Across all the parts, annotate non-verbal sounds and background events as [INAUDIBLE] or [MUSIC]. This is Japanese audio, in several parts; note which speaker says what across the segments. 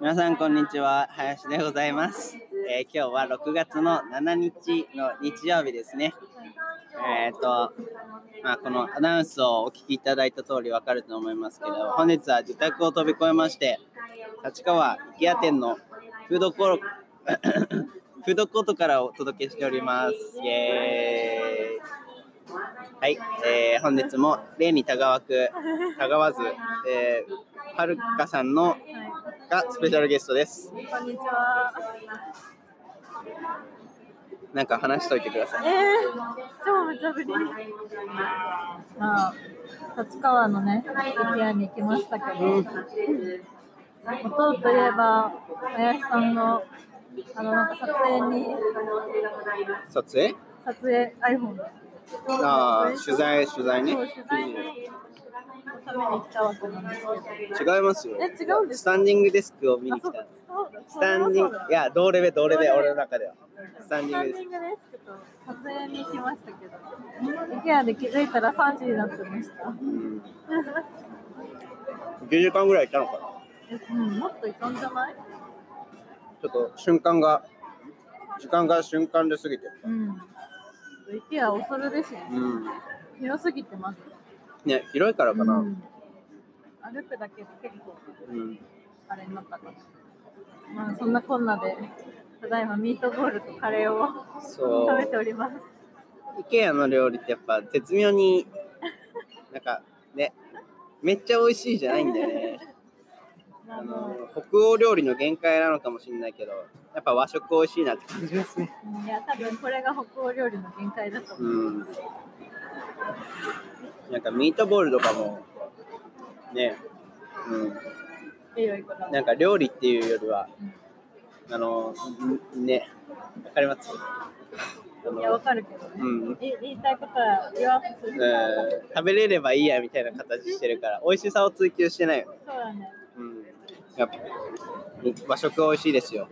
Speaker 1: 皆さんこんにちは林でございます、えー今日は6月の7日の日曜日ですねえっ、とまあこのアナウンスをお聞きいただいた通りわかると思いますけど本日は自宅を飛び越えまして立川池谷店の [COUGHS] フードコーフードコートからお届けしておりますイエーイはい、えー本日も例にたがわくたがわず、えー、はるかさんのがスペシャルゲストです。
Speaker 2: こんにちは。
Speaker 1: なんか話しといてください。
Speaker 2: えー、超無茶ぶり。まあ、立川のね、駅屋に行きましたけど、
Speaker 1: うん
Speaker 2: 元といえば、林さんの、あの、なんか撮影に、
Speaker 1: 撮影
Speaker 2: 撮影 iPhone で。
Speaker 1: ああ、取材、取材ね。
Speaker 2: そう、取材に、ために来たわけなんですけど。
Speaker 1: 違いますよ。
Speaker 2: え、違うんです
Speaker 1: スタンディングデスクを見
Speaker 2: あ、
Speaker 1: に
Speaker 2: そ
Speaker 1: 来
Speaker 2: うか
Speaker 1: た。。
Speaker 2: そうだ
Speaker 1: スタンディング、いや、同レベ、同レベ、
Speaker 2: 同レベ
Speaker 1: 俺の中では。スタンディングデス
Speaker 2: スタンディングですけど、撮影に来ましたけど、IKEA で気づいたら3時になってました。
Speaker 1: ク。うん。9時間ぐらいいたのかな
Speaker 2: うん、もっといたんじゃない
Speaker 1: ちょっと瞬間が、時間が瞬間で過ぎてる。
Speaker 2: うん。IKEA 恐るべし、
Speaker 1: うん。
Speaker 2: 広すぎてます。
Speaker 1: ね、広いからか
Speaker 2: う
Speaker 1: な。
Speaker 2: ん歩くだけで結構、
Speaker 1: うん。
Speaker 2: あれになったかな。まあ、そんなこんなで、ただいまミートボールとカレーを
Speaker 1: そう。
Speaker 2: 食べております。
Speaker 1: IKEA の料理ってやっぱ絶妙になんかねめっちゃ美味しいじゃないんだよね
Speaker 2: あ
Speaker 1: あ
Speaker 2: の、
Speaker 1: の北欧料理の限界なのかもしれないけどやっぱ和食美味しいなって感じますね
Speaker 2: いや、多分これが北欧料理の限界だと思う。
Speaker 1: うんなんかミートボールとかもねう
Speaker 2: いいよ、いいこと
Speaker 1: んなんか料理っていうよりはあのんねわかりますあ
Speaker 2: いや、わ
Speaker 1: の、
Speaker 2: かるけどね。
Speaker 1: うん
Speaker 2: い言いたいことは言わんとするから。
Speaker 1: うん、食べれればいいやみたいな形してるから美味しさを追求してないよね
Speaker 2: そうだね。
Speaker 1: うんやっぱ和食は美味しいですよ。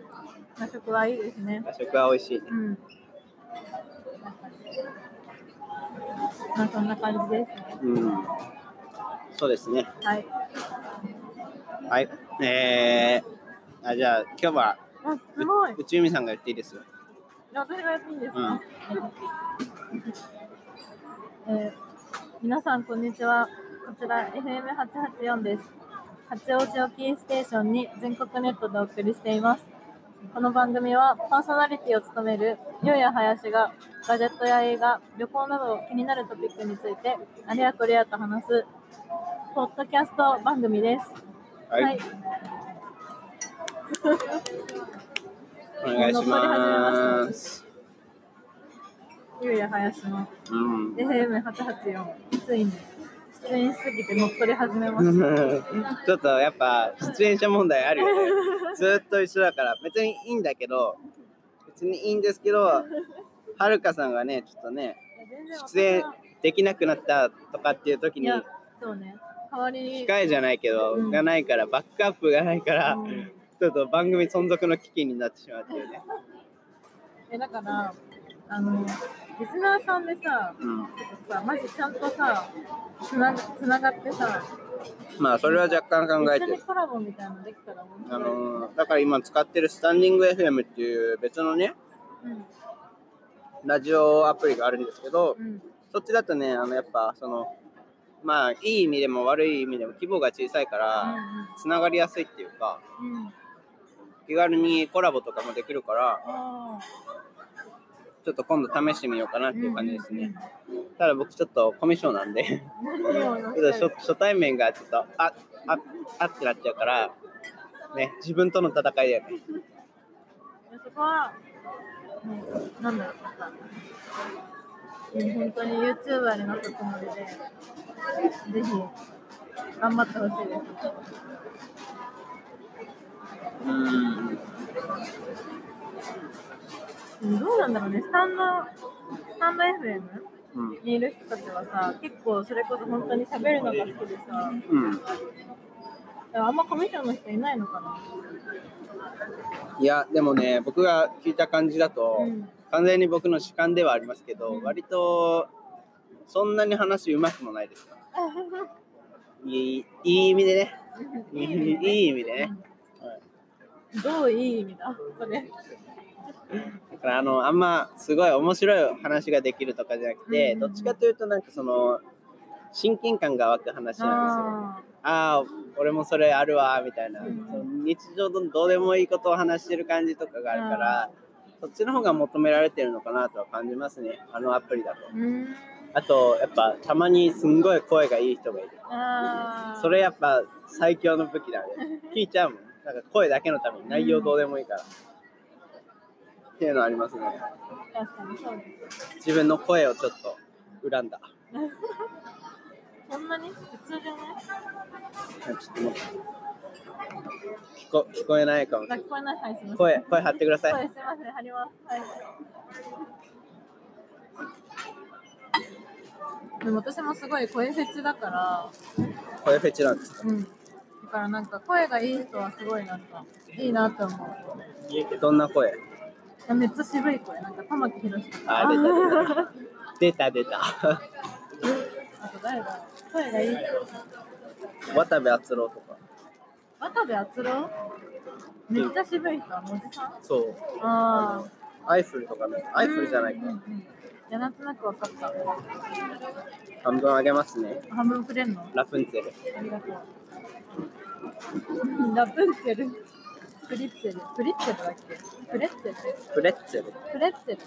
Speaker 2: 和食はいいですね。
Speaker 1: 和食は美味しいね。
Speaker 2: うん。まあ、そんな感じですね。
Speaker 1: うん。そうですね。
Speaker 2: はい。
Speaker 1: はい。えー、あじゃあ今日は
Speaker 2: あ、すごい。
Speaker 1: う内海さんが言っていいですよ。
Speaker 2: 私がやっていいんです
Speaker 1: うん
Speaker 2: か、えー皆さん、こんにちは。こちら FM884 です。八王子をキーステーションに全国ネットでお送りしています。この番組はパーソナリティを務めるゆうやはやしがガジェットや映画、旅行など気になるトピックについてあれやこれやと話すポッドキャスト番組です。
Speaker 1: はい。お願いします。
Speaker 2: ゆうやはやしの
Speaker 1: うん。
Speaker 2: FM884 ついに出演しすぎて乗っ取り始めました。
Speaker 1: ちょっとやっぱ出演者問題あるよ [LAUGHS] ね。ずーっと一緒だから別にいいんだけど別にいいんですけどはるかさんがねちょっとね出演できなくなったとかっていう時
Speaker 2: い
Speaker 1: に
Speaker 2: や、そうね。代わりに
Speaker 1: 機械じゃないけど、
Speaker 2: うん
Speaker 1: がないからバックアップがないから、
Speaker 2: うん
Speaker 1: ちょっと番組存続の危機になってしまってるね。
Speaker 2: え、だから、あの、リスナーさんでさ、
Speaker 1: うん、
Speaker 2: ちょっとさ、マジちゃんとさ、つなつながってさ、
Speaker 1: まあそれは若干考え
Speaker 2: 一
Speaker 1: て
Speaker 2: 緒に
Speaker 1: る。
Speaker 2: コラボみたいなのできたら面
Speaker 1: あ
Speaker 2: 白い。
Speaker 1: のーだから今使ってるスタンディング FM っていう別のね
Speaker 2: うん、
Speaker 1: ラジオアプリがあるんですけど、
Speaker 2: うん、
Speaker 1: そっちだとねあのやっぱそのまあいい意味でも悪い意味でも規模が小さいからつながりやすいっていうか
Speaker 2: うん、うん。
Speaker 1: 気軽にコラボとかもできるから
Speaker 2: あ
Speaker 1: ちょっと今度試してみようかな
Speaker 2: あ
Speaker 1: っていう感じですね。。ただ僕ちょっとコミュ障なんで。
Speaker 2: うんうん何
Speaker 1: ちょ
Speaker 2: を
Speaker 1: っ
Speaker 2: 話したい
Speaker 1: と初初対面がちょっとあああってなっちゃうから、ね、自分との戦いだよね。
Speaker 2: いやそこは、うん、なんだろうなんか、うん本当に YouTuber になったつもりで、ぜひ、頑張ってほしいです。
Speaker 1: うん
Speaker 2: うんどうなんだろうね、スタンド、スタンド FM
Speaker 1: うん
Speaker 2: にいる人たちはさ、結構それこそ本当に喋るのが好きでさ、
Speaker 1: うん、
Speaker 2: でもあんまコミュ障の人いないのかな。
Speaker 1: いやでもね僕が聞いた感じだと、
Speaker 2: うん
Speaker 1: 完全に僕の主観ではありますけど、
Speaker 2: うん
Speaker 1: 割とそんなに話うまくもないです。いいいい意味でね。いい意味でね。はい
Speaker 2: どういい意味だそれ。
Speaker 1: だからあのあんますごい面白い話ができるとかじゃなくて、
Speaker 2: うん
Speaker 1: どっちかというとなんかその親近感が湧く話なんですよ。
Speaker 2: あ
Speaker 1: ああ俺もそれあるわみたいな、
Speaker 2: うん
Speaker 1: その日常のどうでもいいことを話してる感じとかがあるから、そっちの方が求められてるのかなとは感じますねあのアプリだと。
Speaker 2: ーうん。
Speaker 1: あとやっぱたまにすんごい声がいい人がいる。
Speaker 2: あー
Speaker 1: それやっぱ最強の武器だね。聞いちゃうもん。なんか声だけのために内容どうでもいいから。っていうのありますね。
Speaker 2: 確かにそうです。
Speaker 1: 自分の声をちょっと恨んだ。
Speaker 2: そんなに普通じゃない
Speaker 1: ちょっともう聞こ聞こえないかもしれ
Speaker 2: あ
Speaker 1: ない。
Speaker 2: 聞こえないはいすみません。
Speaker 1: 声、声張ってくださ
Speaker 2: 声
Speaker 1: い。
Speaker 2: すみません、貼ります。はい。でも私もすごい声フェチだから、
Speaker 1: 声フェチなんですか
Speaker 2: うん。だからなんか声がいい人はすごいなんか、いいなって思う。
Speaker 1: どんな声
Speaker 2: いやめっちゃ渋い声、なんか玉木宏とか。
Speaker 1: あー、出た出た。出た
Speaker 2: あと誰だ声がいい人。
Speaker 1: 出た。 [LAUGHS] 渡部篤郎とか。
Speaker 2: 渡部篤郎めっちゃ渋い人はおじさん
Speaker 1: そう。
Speaker 2: ああ。
Speaker 1: アイフルとかね。アイフルじゃない
Speaker 2: うんうんう
Speaker 1: か。
Speaker 2: んいや、なんとなく分かった。
Speaker 1: 半分あげますね。
Speaker 2: 半分くれんの
Speaker 1: ラプンツェル。
Speaker 2: ありがとう。ラプンツェル。プリッツェル。プリッツェルだっけプレッツェル。
Speaker 1: プレッツェル。
Speaker 2: プレッツェル。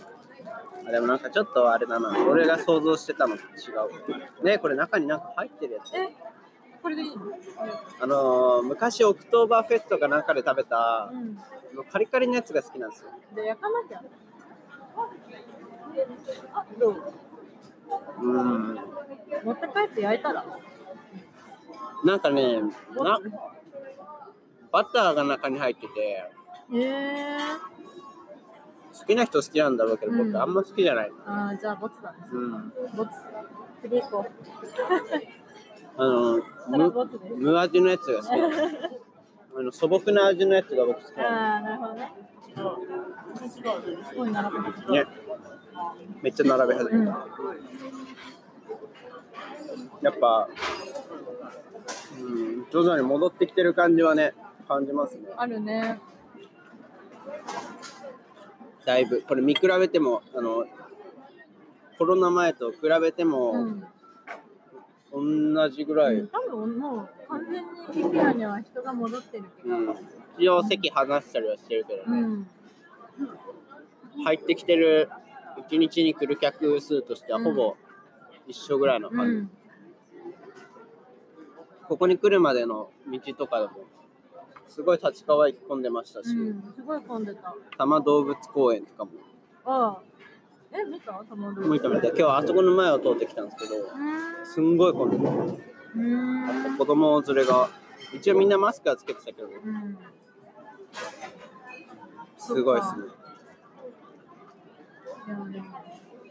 Speaker 1: あでもなんかちょっとあれだな俺が想像してたのと違うねこれ中になんか入ってるやつ
Speaker 2: えこれでいいの
Speaker 1: あのー、昔オクトーバーフェストかなんかで食べた
Speaker 2: うん。
Speaker 1: あのカリカリのやつが好きなんですよ
Speaker 2: で、焼かなきゃ。あ、どう
Speaker 1: うん
Speaker 2: 持って帰って焼いたら。
Speaker 1: なんかねなバターが中に入ってて
Speaker 2: ええー。
Speaker 1: 好きな人好きなんだろうけど
Speaker 2: うん
Speaker 1: 僕あんま好きじゃない
Speaker 2: ああ、じゃあ、ボツだね。
Speaker 1: うん
Speaker 2: ボツ。次行こう。
Speaker 1: あの
Speaker 2: それはボツです
Speaker 1: 無。無味のやつが [LAUGHS] 好きなんですよあの素朴な味のやつが僕好きな
Speaker 2: ああ、なるほどね。すごい並べて
Speaker 1: んですねめっちゃ並べ始めた、
Speaker 2: うん。
Speaker 1: やっぱ、うん、徐々に戻ってきてる感じはね、感じますね。
Speaker 2: あるね。
Speaker 1: だいぶ、これ見比べても、あの、コロナ前と比べて
Speaker 2: う
Speaker 1: も、
Speaker 2: ん。
Speaker 1: 同じぐらい、
Speaker 2: うん多分もう完全に IKEA には人が戻ってる
Speaker 1: う
Speaker 2: けど、
Speaker 1: ん、一応席離したりはしてるけど
Speaker 2: う
Speaker 1: ね、
Speaker 2: ん、
Speaker 1: 入ってきてる1日に来る客数としては
Speaker 2: うん
Speaker 1: ほぼ一緒ぐらいの
Speaker 2: う
Speaker 1: 感じ。
Speaker 2: ん、
Speaker 1: ここに来るまでの道とかでも、すごい立川行き込んでましたし、
Speaker 2: うん、すごい混んでた。
Speaker 1: 多摩動物公園とかも、
Speaker 2: ああ、え、見たたま
Speaker 1: 向いたみたい。今日あそこの前を通ってきたんですけど、すんごい混んでた。
Speaker 2: うーん、うーん
Speaker 1: 子供連れが一応みんなマスクはつけてたけど
Speaker 2: うん、
Speaker 1: すごいですね
Speaker 2: でもね、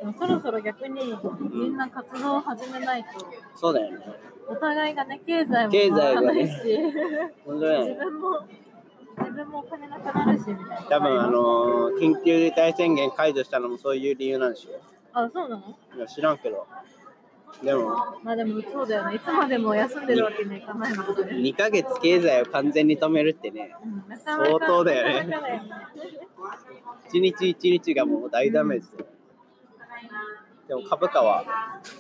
Speaker 2: でもそろそろ逆にみんな活動を始めないと、
Speaker 1: そうだよね
Speaker 2: お互いがね、経済も
Speaker 1: 経済がね
Speaker 2: 回らないし、
Speaker 1: 本当だよ
Speaker 2: 自
Speaker 1: ね
Speaker 2: 分も、自分もお金なくなるし、みたいな。
Speaker 1: 多分あのー緊急事態宣言解除したのもそういう理由なんでしょ
Speaker 2: あ、そうなの
Speaker 1: いや知らんけどでも
Speaker 2: まあでもそうだよね。いつまでも休んでるわけにはいかないので。
Speaker 1: 2ヶ月経済を完全に止めるってね
Speaker 2: うんなかなか
Speaker 1: 相当だよね
Speaker 2: なかなかだよね
Speaker 1: 一日一日がもう大ダメージででも株価は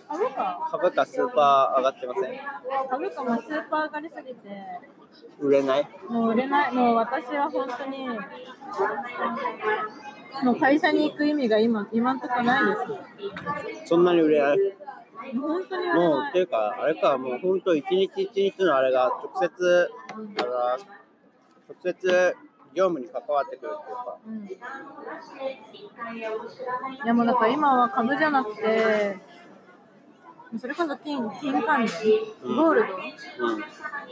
Speaker 2: 株価
Speaker 1: 株価スーパー上がってません
Speaker 2: 株価もスーパー上がりすぎて、
Speaker 1: 売れない
Speaker 2: もう売れない、もう私は本当に、もう会社に行く意味が今、今んとこないです。
Speaker 1: そんなに売れない
Speaker 2: 本当に売れ
Speaker 1: もう
Speaker 2: な
Speaker 1: ってい
Speaker 2: い。
Speaker 1: うかあれかもうほんと一日一日のあれが直接
Speaker 2: うん
Speaker 1: だから直接業務に関わってくるっていうか、
Speaker 2: うんいやもうだから今は株じゃなくて、それこそ金、金関連、ゴールド。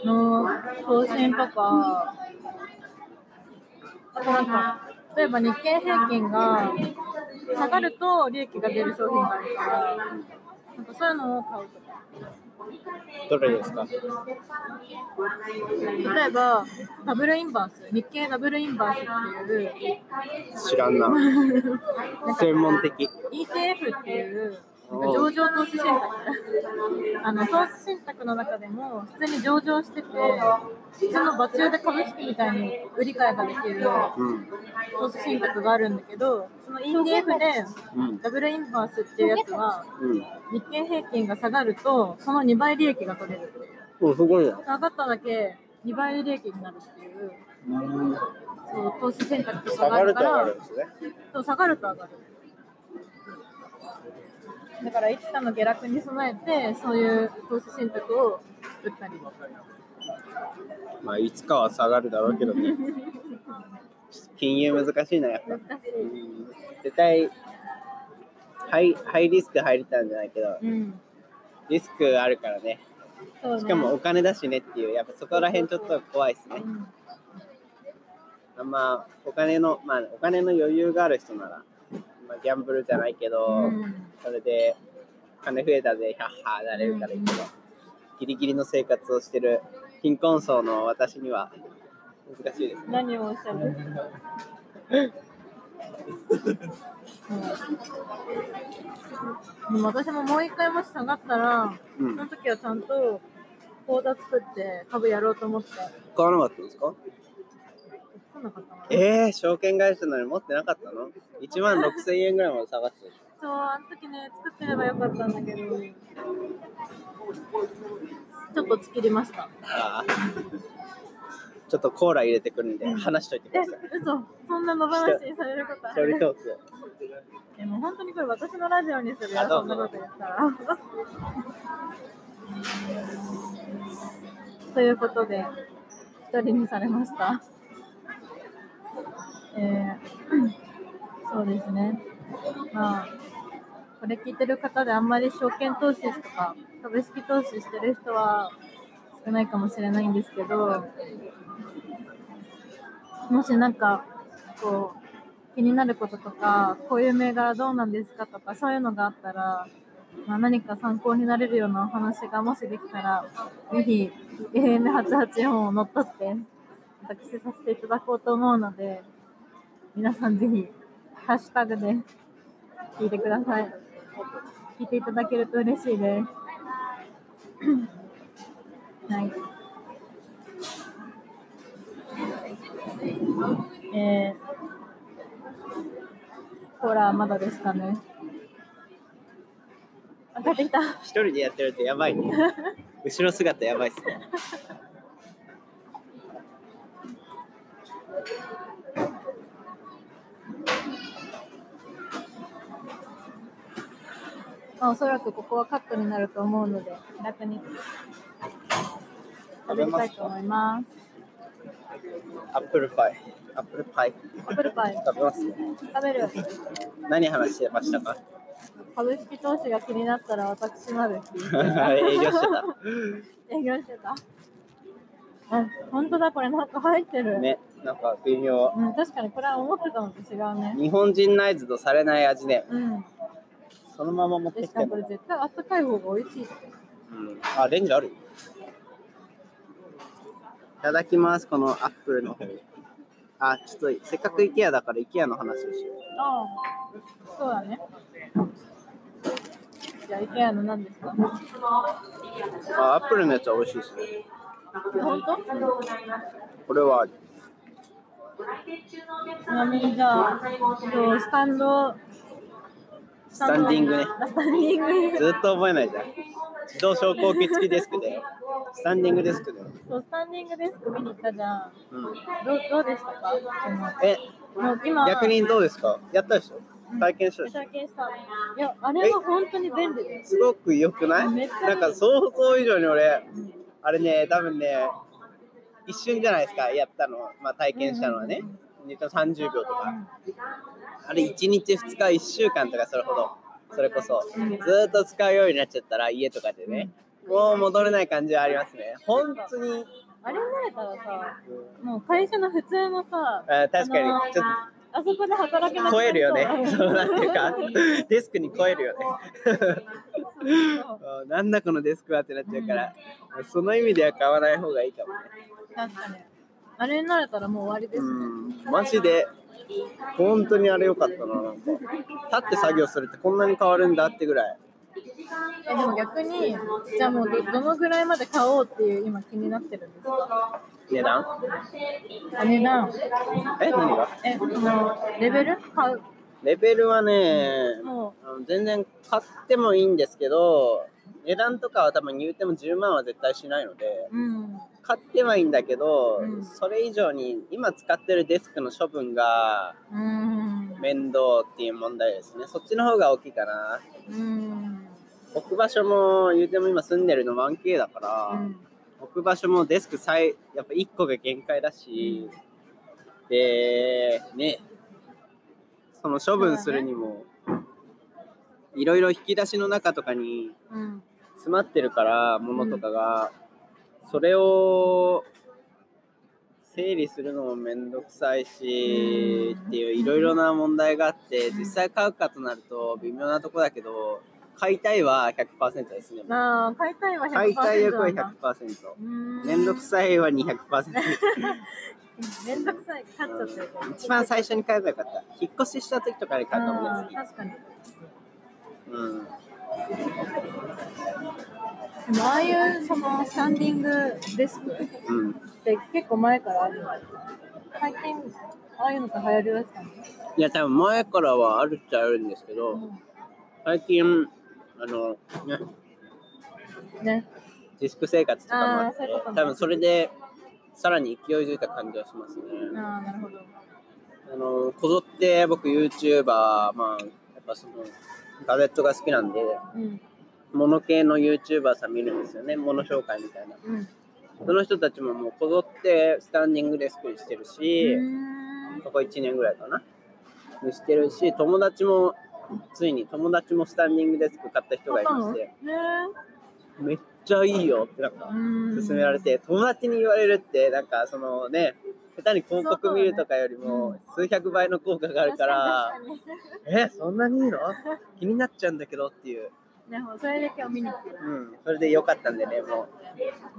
Speaker 2: の更新とか、あとなんか、例えば日経平均が下がると利益が出る商品があるから、なんかそういうのを買うとか。
Speaker 1: どれですか
Speaker 2: 例えば、ダブルインバース、日経ダブルインバースっていう
Speaker 1: [LAUGHS] 知らんな専門的
Speaker 2: ETF っていう
Speaker 1: おう
Speaker 2: 上場投資信託 [LAUGHS] あの投資信託の中でも普通に上場してて普通の場中で株式みたいに売り買いができる
Speaker 1: うん。
Speaker 2: 投資信託があるんだけどそのインディ F で
Speaker 1: うん。
Speaker 2: ダブルインバースっていうやつは
Speaker 1: うん。
Speaker 2: 日経平均が下がるとその2倍利益が取れる
Speaker 1: お、すごいな。
Speaker 2: 上がっただけ2倍利益になるっていう
Speaker 1: うん。
Speaker 2: そう投資選択と
Speaker 3: 下
Speaker 2: 下
Speaker 3: が
Speaker 2: が
Speaker 3: る
Speaker 2: る
Speaker 3: と
Speaker 2: か
Speaker 3: 上が
Speaker 2: ら
Speaker 3: るんですね。
Speaker 2: そう下がると上がるだからいつかの下落に備えてそういう投資信託を打ったり
Speaker 1: まあ、いつかは下がるだろうけど [LAUGHS] ね。金融難しいな、やっぱ。
Speaker 2: 難しい
Speaker 1: 絶対、ハイ、ハイリスク入りたんじゃないけど、
Speaker 2: うん
Speaker 1: リスクあるからね。
Speaker 2: そうね
Speaker 1: しかもお金だしねっていう、やっぱそこら辺ちょっと怖いです
Speaker 2: う
Speaker 1: ね。
Speaker 2: ん
Speaker 1: あんまお金の、まあ、お金の余裕がある人なら、まあ、ギャンブルじゃないけど、
Speaker 2: うん
Speaker 1: それで、金増えたぜ、ヒャッハーなれるからいいけど、ギリギリの生活をしてる貧困層の私には難しいです。
Speaker 2: 何をおっしゃるうんでも私ももう一回もし下がったら
Speaker 1: う
Speaker 2: その
Speaker 1: ん。
Speaker 2: 時はちゃんと口座作って株やろうと思って
Speaker 1: 買わなかったんですか
Speaker 2: 作んなかったな
Speaker 1: えー、証券会社なのに持ってなかったの ?1 万6千円ぐらいまで下がってたでし
Speaker 2: そう、あの時ね、作ってればよかったんだけど。ちょっと作りました。
Speaker 1: ょ。ああ。ちょっとコーラ入れてくるんで、話しといてく
Speaker 2: え
Speaker 1: ださい。、
Speaker 2: 嘘、そんな野放しにされることあ
Speaker 1: 一人
Speaker 2: る。
Speaker 1: トーク。
Speaker 2: でも本当にこれ私のラジオにするよ
Speaker 1: あ、ど
Speaker 2: そう
Speaker 1: ぞ
Speaker 2: んなことやったら。ということで、一人にされました。えー、そうですね。まあ、これ聞いてる方であんまり証券投資とか株式投資してる人は少ないかもしれないんですけど、もしなんか、こう、気になることとか、こういう銘柄どうなんですかとか、そういうのがあったら、まあ、何か参考になれるようなお話がもしできたら、ぜひ FM884 を乗っ取って、私させていただこうと思うので、皆さんぜひ、ハッシュタグで聞いてください。聞いていただけると嬉しいです。 [COUGHS] はい。えー、ほら、まだですかね。あ、帰ってきた。
Speaker 1: 一人でやってるとやばいね。後ろ姿やばいっすね。
Speaker 2: まあ、おそらくここはカットになると思うので、気楽に食べたいと思います。
Speaker 1: アップルパイ。アップルパイ。
Speaker 2: アップルパイ、
Speaker 1: 食べますね。
Speaker 2: 食べる。
Speaker 1: 何話してま [LAUGHS] したか
Speaker 2: 株式投資が気になったら私まで聞いて。
Speaker 1: 営業して
Speaker 2: 営業してた。あ、本当だ、これなんか入って
Speaker 1: た。
Speaker 2: る。
Speaker 1: ね、なんか微妙。
Speaker 2: うん、確かにこれは思ってたのと違うね。
Speaker 1: 日本人内ズとされない味で、
Speaker 2: うん。
Speaker 1: そのまま持って
Speaker 2: で
Speaker 1: き
Speaker 2: しか
Speaker 1: て
Speaker 2: もこ
Speaker 1: も。
Speaker 2: れ絶対あったかい方が美味しいって。
Speaker 1: うん、あ、レンジあるいただきます、このアップルの方。あ、ちょっとせっかく IKEA だから IKEA の話をしよ
Speaker 2: ああ、そうだね。じゃあ、イケアの何ですか
Speaker 1: う。あ、アップルのやつは美味しいですね。
Speaker 2: 本当
Speaker 1: これはあり
Speaker 2: ちなみにじゃあ、そうスタンド、
Speaker 1: スタンディングね。
Speaker 2: あスタンディング。
Speaker 1: ずっと覚えないじゃん。自動昇降機付きデスクで、スタンディングデスクで。
Speaker 2: そう、スタンディングデスク見に行ったじゃん。
Speaker 1: うん、
Speaker 2: どうどうでしたかその
Speaker 1: え、
Speaker 2: もう今、
Speaker 1: 逆にどうですかやったでしょ体験したでしょ
Speaker 2: 体験した。いや、あれは本当に便利です。
Speaker 1: すごく良くない
Speaker 2: めっちゃいい
Speaker 1: なんか想像以上に俺、あれね、多分ね、一瞬じゃないですか、やったの、まあ、体験したのはね。で多分30秒とか。あれ、1日、2日、1週間とか、それほど。それこそ、ずーっと使うようになっちゃったら、家とかでね。もう戻れない感じはありますね。本当に、
Speaker 2: あれ慣れたらさ、もう会社の普通のさ、
Speaker 1: あ確か
Speaker 2: あの
Speaker 1: に、ちょっ
Speaker 2: あそこで働けな
Speaker 1: と超
Speaker 2: くな
Speaker 1: え
Speaker 2: り
Speaker 1: るよね。
Speaker 2: そ
Speaker 1: そううなんていうか、デスクに超えるよね。
Speaker 2: そう
Speaker 1: [LAUGHS] あなんだこのデスクはってなっちゃうから、その意味では買わない方がいいかもね。
Speaker 2: [LAUGHS] 確かに。あれになれたらもう終わりですね。
Speaker 1: うん、マジで、本当にあれ良かったな、なんか。立って作業するってこんなに変わるんだってぐらい、
Speaker 2: えでも逆に、じゃあもうどどのぐらいまで買おうっていう今気になってるんですか
Speaker 1: 値段
Speaker 2: あ値段、
Speaker 1: え何が
Speaker 2: え、このレベル買う、
Speaker 1: レベルはね、
Speaker 2: も
Speaker 1: あの全然買ってもいいんですけど、値段とかは多分言うても10万は絶対しないので、
Speaker 2: う、うん、
Speaker 1: 買ってはいいんだけど、
Speaker 2: うん
Speaker 1: それ以上に今使ってるデスクの処分が
Speaker 2: うん、
Speaker 1: 面倒っていう問題ですね。そっちの方が大きいかな。
Speaker 2: うん、
Speaker 1: 置く場所も言うても今住んでるの 1K だから、
Speaker 2: うん、
Speaker 1: 置く場所もデスク最やっぱ1個が限界だし、でねその処分するにもいろいろ引き出しの中とかに
Speaker 2: うん、
Speaker 1: 詰まってるから物とかが、それを整理するのもめんどくさいし、
Speaker 2: うん
Speaker 1: っていういろいろな問題があって
Speaker 2: うん
Speaker 1: 実際買うかとなると微妙なとこだけど買いたいは100%ですね
Speaker 2: まあ、買いたいは100%
Speaker 1: 買いたい欲は
Speaker 2: だな
Speaker 1: 100%。
Speaker 2: うん
Speaker 1: めんどくさいは200%。
Speaker 2: めんどくさい、買っちゃってる。
Speaker 1: [LAUGHS] 一番最初に買えばよかった。引っ越しした時とかに買ったもん
Speaker 2: あ
Speaker 1: ね、
Speaker 2: ー確かに。
Speaker 1: 次。うん。
Speaker 2: でもああいうそのスタンディングデスクっ
Speaker 1: うん。
Speaker 2: て結構前からあるの最近ああいうのが流行りだしたの
Speaker 1: いや、多分前からはあるっちゃあるんですけど、最近、あの、ね、
Speaker 2: うんね
Speaker 1: 自粛生活とかもあって
Speaker 2: あーそういうことね
Speaker 1: 多分それで、さらに勢いづいた感じはしますね。
Speaker 2: ああなるほど
Speaker 1: あの、こぞって僕 YouTuber、まあ、やっぱその、ガジェットが好きなんで、
Speaker 2: うん
Speaker 1: 物系の YouTuber さん見るんですよね。物紹介みたいな。
Speaker 2: うん
Speaker 1: その人たちももうこぞってスタンディングデスクにしてるし、
Speaker 2: う
Speaker 1: ここ1年ぐらいかな。にしてるし、友達も、ついに友達もスタンディングデスク買った人がいまして、
Speaker 2: ーん
Speaker 1: め
Speaker 2: ね
Speaker 1: っちゃいいよってなんか、
Speaker 2: うん
Speaker 1: 勧められて、友達に言われるって、なんかそのね、下手に広告見るとかよりも数百倍の効果があるから、
Speaker 2: 確かに確か
Speaker 1: え、そんなにいいの気になっちゃうんだけどっていう。
Speaker 2: になるほどそれで今日見に行ってる
Speaker 1: うん、それでよかったんでね、もう。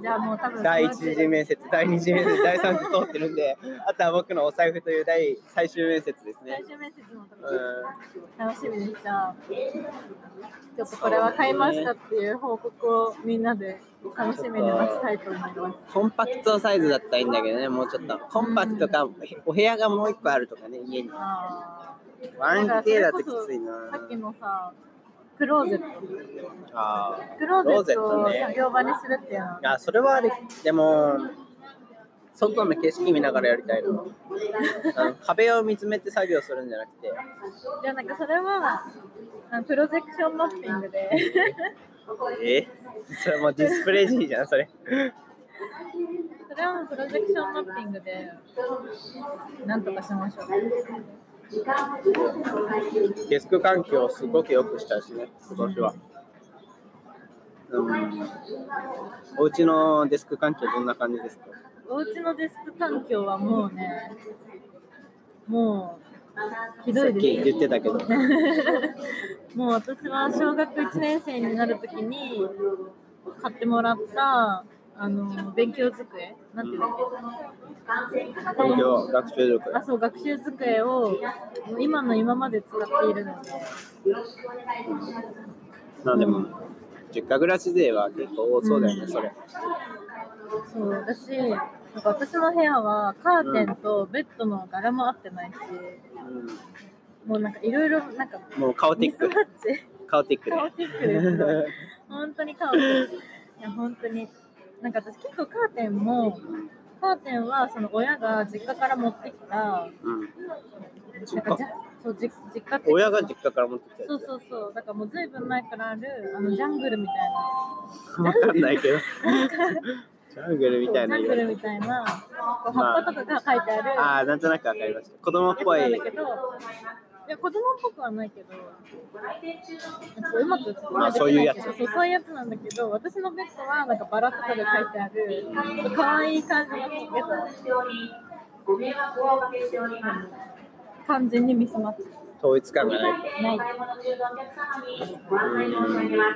Speaker 2: じゃあもう多分
Speaker 1: 第一次面接、第二次面接、第三次通ってるんで、あとは僕のお財布という第最終面接ですね
Speaker 2: 最。終面接も多分
Speaker 1: う
Speaker 2: 楽しみにしちゃうちょっとこれは買いましたっていう報告をみんなで楽しみに待ちたいと思います
Speaker 1: ん。コンパクトサイズだったらいいんだけどね、もうちょっと。コンパクトか、お部屋がもう一個あるとかね、家に。
Speaker 2: あー
Speaker 1: 1K だときつい
Speaker 2: さっき
Speaker 1: な。
Speaker 2: のさクローゼット
Speaker 1: あ
Speaker 2: クローゼット
Speaker 1: クローゼット
Speaker 2: を
Speaker 1: ね
Speaker 2: 作業場にするっていうのは
Speaker 1: ーあ、それはあれ、でも、外の景色見ながらやりたい [LAUGHS] の。あの壁を見つめて作業するんじゃなくて、
Speaker 2: じゃあなんかそれはあのプロジェクションマッピングで
Speaker 1: えそれもうディスプレイ G じゃん、それ。
Speaker 2: それはプロジェクションマッピングでなんとかしましょう
Speaker 1: デスク環境をすごく良くしたしね、今年は。うん、お家のデスク環境どんな感じですか
Speaker 2: お家のデスク環境はもうねもうひど
Speaker 1: さ
Speaker 2: いです
Speaker 1: っ
Speaker 2: よ
Speaker 1: き言ってたけど。
Speaker 2: もう私は小学1年生になるときに買ってもらったあの勉強机なんていうんだっ
Speaker 1: 環境学習力
Speaker 2: けあそう学習机をもう今の今まで使っているので
Speaker 1: まあでも、実家暮らし勢は結構多そうだよね、
Speaker 2: うん
Speaker 1: それ。
Speaker 2: そう私なんか私の部屋はカーテンとベッドの柄も合ってないし、もうなんかいろいろなんか
Speaker 1: うん、もうカオテ
Speaker 2: ミ
Speaker 1: ィッ
Speaker 2: ス
Speaker 1: ク
Speaker 2: マッ。
Speaker 1: [LAUGHS]
Speaker 2: チ
Speaker 1: カオティックで。
Speaker 2: カオティックですごい本当にカオティックいや本当になんか私結構カーテンもカーテンはその親が実家から持ってきたなんか
Speaker 1: うん、
Speaker 2: じゃそうじ実家って
Speaker 1: 親が実家から持ってきたやつ
Speaker 2: そうそうそうだからもうずいぶん前からあるあのジャングルみたいな
Speaker 1: わかんないけど。ジャングルみたいな
Speaker 2: ジャン
Speaker 1: 色
Speaker 2: グ。ルみたいなこう葉っぱとかが書いてある、
Speaker 1: ああ、なんとなくわかりました。子供っぽ
Speaker 2: なん
Speaker 1: い
Speaker 2: だ。けど、いや子供っぽくはないけど、なんかうまく説明でき
Speaker 1: ま
Speaker 2: な
Speaker 1: あ
Speaker 2: いけど
Speaker 1: そういうやつ
Speaker 2: そうそういうやつなんだけど、私のベッドはなんかバラとかで書いてある、可愛い感じのベッド完全にミスマッチ。
Speaker 1: 統一感がない。
Speaker 2: ない。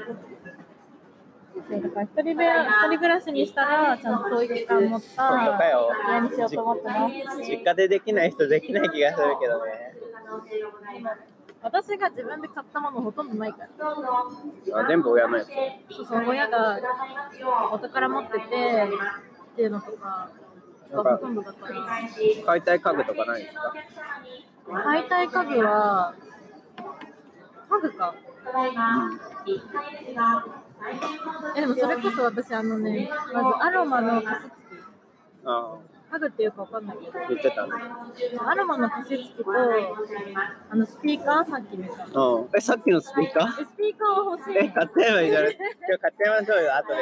Speaker 2: そうだから一人部屋、一人暮らしにしたら、ちゃんと統一感持った
Speaker 1: 本当かよ
Speaker 2: 部屋にしようと思ってます。
Speaker 1: 実家でできない人できない気がするけどね。
Speaker 2: 私が自分で買ったものほとんどないから。
Speaker 1: あ全部親のやつ。
Speaker 2: そうそう、親がお宝持っててっていうのとかがほとんどだから。
Speaker 1: 解体家具とかないですか
Speaker 2: 解体家具は、家具か。え、でもそれこそ私、あのね、まずアロマの加湿器。
Speaker 1: あ
Speaker 2: 家具っていうかわかんないけど。
Speaker 1: あ、言ってたね。
Speaker 2: アロマの加湿器と、あの、スピーカーさっき見た。
Speaker 1: うん。え、さっきのスピーカー
Speaker 2: えスピーカーは欲しい。
Speaker 1: え、買っちゃえばいいじゃん。今日買っちゃいましょうよ、後で。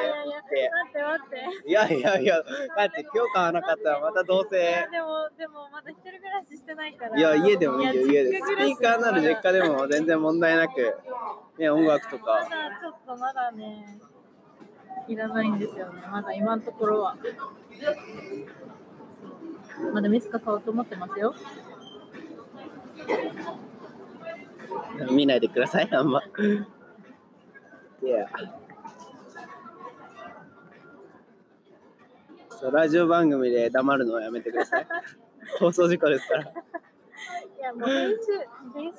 Speaker 2: いやいや待っ
Speaker 1: いやいや
Speaker 2: て待って。
Speaker 1: いや、だって今日買わなかったらまたどう
Speaker 2: いや
Speaker 1: せ。
Speaker 2: でも、でもまだ一人暮らししてないから。
Speaker 1: いや、家でもいいよ、家で。
Speaker 2: 実
Speaker 1: ス
Speaker 2: 家暮らし
Speaker 1: ピーカーなら実家でも全然問題なく、ね、音楽と
Speaker 2: まだ
Speaker 1: か。
Speaker 2: ちょっとまだね、いらないんですよね。まだ今のところは。まだいつか買おうと思ってますよ。
Speaker 1: 見ないでください、あんま。いや。そうラジオ番組で黙るのはやめてくださ
Speaker 2: [LAUGHS]
Speaker 1: い。放送事故ですから。
Speaker 2: いや、もう編集、編集、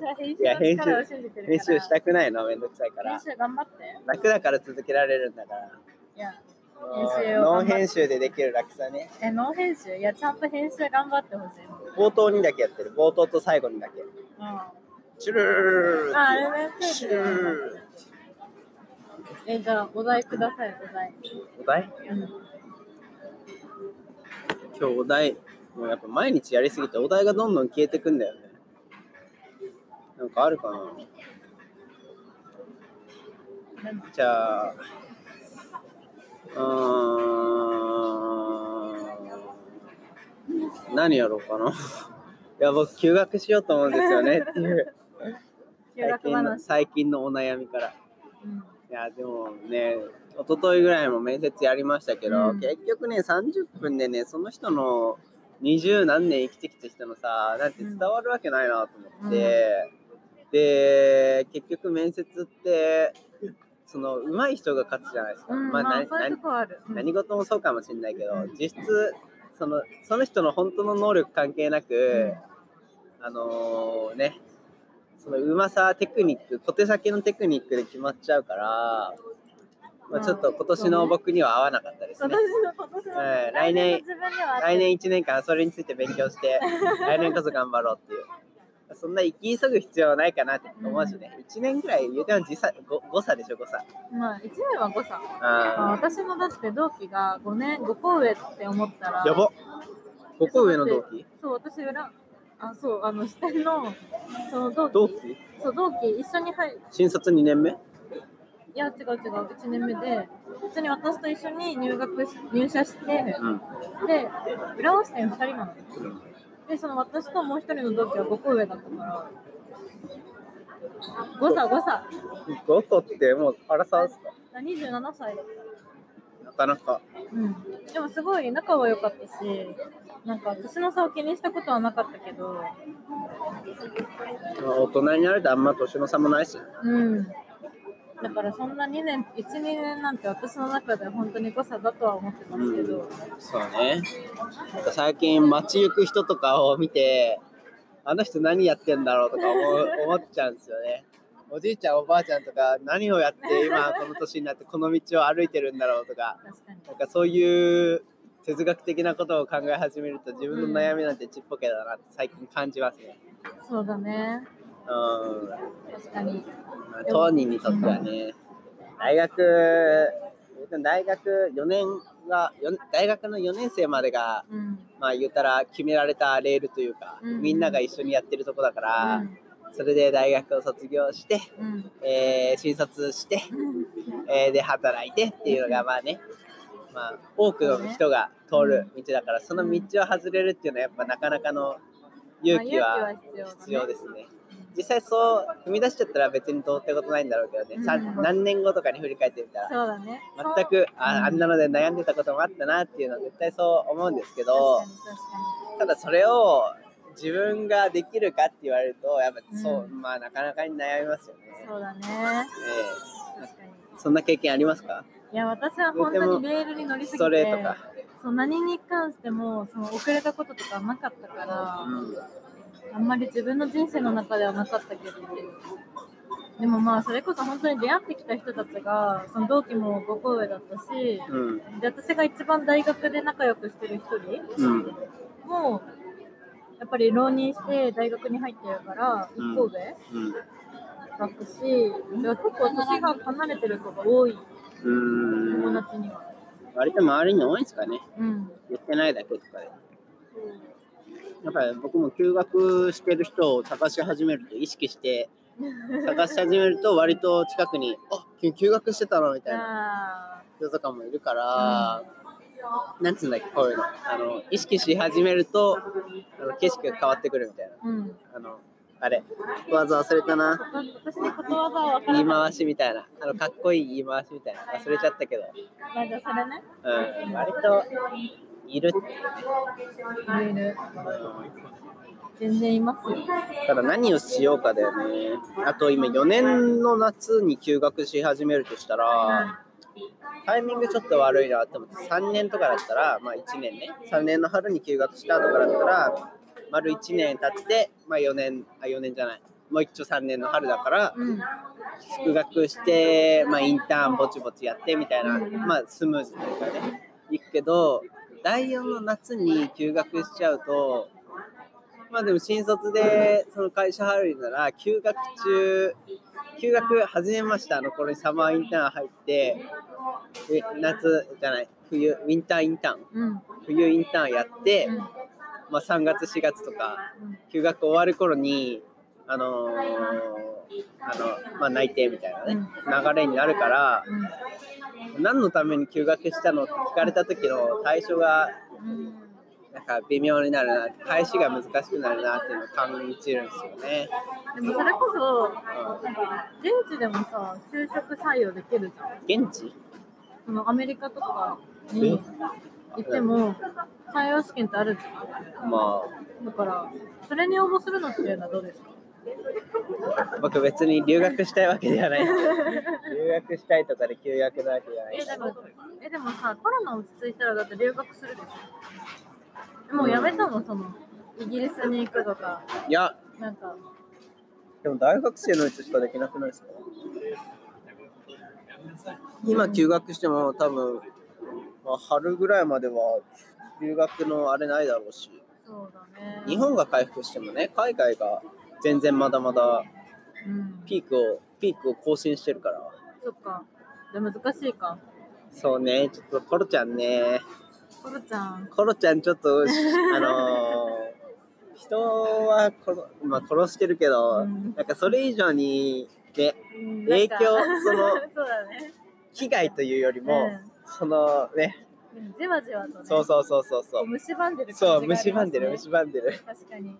Speaker 2: 私は編
Speaker 1: いや
Speaker 2: 集の力を信じてるから。
Speaker 1: 練習したくないの、めんどくさいから
Speaker 2: 編。集頑張って。
Speaker 1: 楽だから続けられるんだから。
Speaker 2: いや、編集を
Speaker 1: ノン編集でできる楽さね。
Speaker 2: え、ノー編集いや、ちゃんと編集頑張ってほしい。
Speaker 1: 冒頭にだけやってる。冒頭と最後にだけ。
Speaker 2: うん。あ、
Speaker 1: チュルルルルル
Speaker 2: あれね、
Speaker 1: シュルルルル
Speaker 2: え、じゃあ、お題ください、お題。
Speaker 1: お題
Speaker 2: うん
Speaker 1: 今日お題、もうやっぱ毎日やりすぎてお題がどんどん消えてくんだよね。なんかあるかな
Speaker 2: なん
Speaker 1: じゃあ、うーん、何やろうかな。い [LAUGHS] や、僕、休学しようと思うんですよねっていう、
Speaker 2: 休
Speaker 1: 最
Speaker 2: 学
Speaker 1: 近の
Speaker 2: 話。
Speaker 1: 最近のお悩みから。
Speaker 2: うん
Speaker 1: いやでもね一昨日ぐらいも面接やりましたけど、
Speaker 2: うん
Speaker 1: 結局ね30分でねその人の二十何年生きてきた人のさなんて伝わるわけないなと思って、で結局面接ってその上手い人が勝つじゃないですか、
Speaker 2: うん、
Speaker 1: ま
Speaker 2: ま
Speaker 1: あ
Speaker 2: あ、
Speaker 1: な
Speaker 2: そういう
Speaker 1: な
Speaker 2: とこある。うん
Speaker 1: 何事もそうかもしれないけど実質そのその人の本当の能力関係なく、あのね、そのうまさ、テクニック、小手先のテクニックで決まっちゃうから、まあ、ちょっと今年の僕には合わなかったです
Speaker 2: 今
Speaker 1: ね。
Speaker 2: 年の今年の、
Speaker 1: うん来年
Speaker 2: の自分ではあって
Speaker 1: 来年1年間それについて勉強 [LAUGHS] して、来年こそ頑張ろうっていう。そんな生き急ぐ必要はないかなって思うしね。1年ぐらい言うても時差ご誤差でしょ、誤差。
Speaker 2: まあ1年は誤差
Speaker 1: あ
Speaker 2: あ私のだって同期が5年5個上って思ったら
Speaker 1: ーやばっ。5個上の同期
Speaker 2: そう私裏あそうあの支店のその同期
Speaker 1: 同期
Speaker 2: そう同期一緒に入い
Speaker 1: 新卒2年目
Speaker 2: や違う違う1年目で普通に私と一緒に入学し入社して
Speaker 1: うん。
Speaker 2: で裏を支店2人なのでその私ともう一人の同期は5個上だったから誤差誤差
Speaker 1: 5個ってもうアラサーですか
Speaker 2: 27歳だった
Speaker 1: なかなか。
Speaker 2: うん、でもすごい仲は良かったし、なんか年の差を気にしたことはなかったけど、
Speaker 1: まあ大人になるとあんま年の差もないし。
Speaker 2: うん。だからそんな2年、1、2年なんて私の中では本当に誤差だとは思ってますけど、
Speaker 1: そうね。なんか最近街行く人とかを見て、あの人何やってんだろうとか思 [LAUGHS] う思っちゃうんですよね。おじいちゃんおばあちゃんとか何をやって今この年になってこの道を歩いてるんだろうとか、
Speaker 2: 確かに。
Speaker 1: なんかそういう哲学的なことを考え始めると自分の悩みなんてちっぽけだなって最近感じますね。
Speaker 2: そうだね。
Speaker 1: うん。
Speaker 2: 確かに。
Speaker 1: まあ当人にとってはね、大学、大学4年が、よ大学の4年生までが、
Speaker 2: うん。
Speaker 1: まあ言ったら決められたレールというか、
Speaker 2: うん
Speaker 1: みんなが一緒にやってるとこだから、
Speaker 2: うん
Speaker 1: それで大学を卒業して、
Speaker 2: うん。
Speaker 1: えー新卒して、
Speaker 2: うん
Speaker 1: えーで働いてっていうのがまあね、まあ、多くの人が通る道だからその道を外れるっていうのはやっぱなかなかの勇気
Speaker 2: まあ
Speaker 1: は
Speaker 2: 勇気は
Speaker 1: 必
Speaker 2: 必要
Speaker 1: 要
Speaker 2: だね
Speaker 1: ですね。実際そう踏み出しちゃったら別にどうってことないんだろうけどね、さ
Speaker 2: うん
Speaker 1: 何年後とかに振り返ってみたら
Speaker 2: そうだね。
Speaker 1: 全くああんなので悩んでたこともあったなっていうのは絶対そう思うんですけど
Speaker 2: そう。確かに
Speaker 1: ただそれを自分ができるかって言われるとやっぱそう、
Speaker 2: うん
Speaker 1: まあなかなかに悩みますよね。
Speaker 2: 確かに。そうだね。
Speaker 1: え
Speaker 2: 確かに。
Speaker 1: えそんな経験ありますか？
Speaker 2: いや、私は本当にレールに乗りすぎて、
Speaker 1: ストレートか。
Speaker 2: そう何に関してもその遅れたこととかなかったから、
Speaker 1: うん。
Speaker 2: あんまり自分の人生の中ではなかったけどでもまあそれこそ本当に出会ってきた人たちがその同期も5個上だったし
Speaker 1: うん
Speaker 2: で私が一番大学で仲良くしてる一人
Speaker 1: うん
Speaker 2: もやっぱり浪人して大学に入ってるから
Speaker 1: うん
Speaker 2: 1個上
Speaker 1: うん
Speaker 2: だったし、で結構年が離れてる子が多いう
Speaker 1: ー
Speaker 2: 友
Speaker 1: ん
Speaker 2: 達には。
Speaker 1: 割と周りに多いんですかね
Speaker 2: うん
Speaker 1: 言ってないだけとかでやっぱり僕も休学してる人を探し始めると意識して探し始めると割と近くに「あ君休学してたの?」みたいな
Speaker 2: あ
Speaker 1: 人とかもいるから、なんつうんだっけこういうのあの意識し始めるとあの景色が変わってくるみたいな
Speaker 2: ーうん、
Speaker 1: あのあれことわざ忘れたな
Speaker 2: 私ね、ことわざは分か
Speaker 1: 言
Speaker 2: らない。
Speaker 1: い回しみたいなあのかっこいい言い回しみたいな忘れちゃったけど、
Speaker 2: まあじゃあそれね。
Speaker 1: うん、割といる、
Speaker 2: いろい
Speaker 1: う
Speaker 2: ろ
Speaker 1: ん
Speaker 2: 全然いますよ。
Speaker 1: ただ何をしようかだよねあと今4年の夏に休学し始めるとしたらタイミングちょっと悪いなって思って3年とかだったらまあ1年ね3年の春に休学したとかだったら丸1年経ってまあ4年あ4年じゃないもう一丁3年の春だから
Speaker 2: うん。うん。
Speaker 1: 復学して、まあ、インターンぼちぼちやってみたいな、まあ、スムーズというかね行くけど第4の夏に休学しちゃうとまあでも新卒でその会社入るなら休学中休学始めましたあの頃にサマーインターン入ってえ夏じゃない冬ウィンターインターン
Speaker 2: うん。
Speaker 1: 冬インターンやって
Speaker 2: う、ん。
Speaker 1: まあ、3月4月とか休学終わる頃にあのーあのまあ内定みたいなね流れになるから何のために休学したのって聞かれた時の対処が
Speaker 2: うん。
Speaker 1: なんか微妙になるな返しが難しくなるなっていうのを感じるんですよね。
Speaker 2: でもそれこそ、なんか現地でもさ、就職採用できるじゃ
Speaker 1: う
Speaker 2: ん。
Speaker 1: ん現地
Speaker 2: そのアメリカとかに行っても、採用試験ってあるじゃ
Speaker 1: ま
Speaker 2: ん。だから、それに応募するのっていうのはどうですか
Speaker 1: あ僕別に留学したいわけではない [LAUGHS] 留学したいとかで休学なわけじゃない
Speaker 2: え
Speaker 1: し
Speaker 2: でもえでもさコロナ落ち着いたらだって留学するでしょもうやめたのそのイギリスに行くとか
Speaker 1: いや
Speaker 2: なんか
Speaker 1: でも大学生のうちしかできなくないですか今休学しても多分、まあ、春ぐらいまでは留学のあれないだろうし
Speaker 2: そうだね
Speaker 1: 日本が回復してもね海外が全然まだまだ
Speaker 2: うん
Speaker 1: ピークをピークを更新してるから
Speaker 2: そっかじゃあ難しいか
Speaker 1: そうねちょっとコロちゃんね
Speaker 2: コロちゃん
Speaker 1: コロちゃんちょっとあのー人は殺,、まあ、殺してるけど、
Speaker 2: うん
Speaker 1: なんかそれ以上にね
Speaker 2: うん
Speaker 1: 影
Speaker 2: なん
Speaker 1: 響
Speaker 2: か
Speaker 1: その
Speaker 2: そうだね
Speaker 1: 危害というよりも、そのね
Speaker 2: うんじわじわとね
Speaker 1: そうそうそうそうそ
Speaker 2: こ
Speaker 1: う
Speaker 2: う蝕んでる
Speaker 1: そ
Speaker 2: 感
Speaker 1: う
Speaker 2: じがあ
Speaker 1: 蝕ん
Speaker 2: りますね
Speaker 1: でる蝕んでる
Speaker 2: 確かに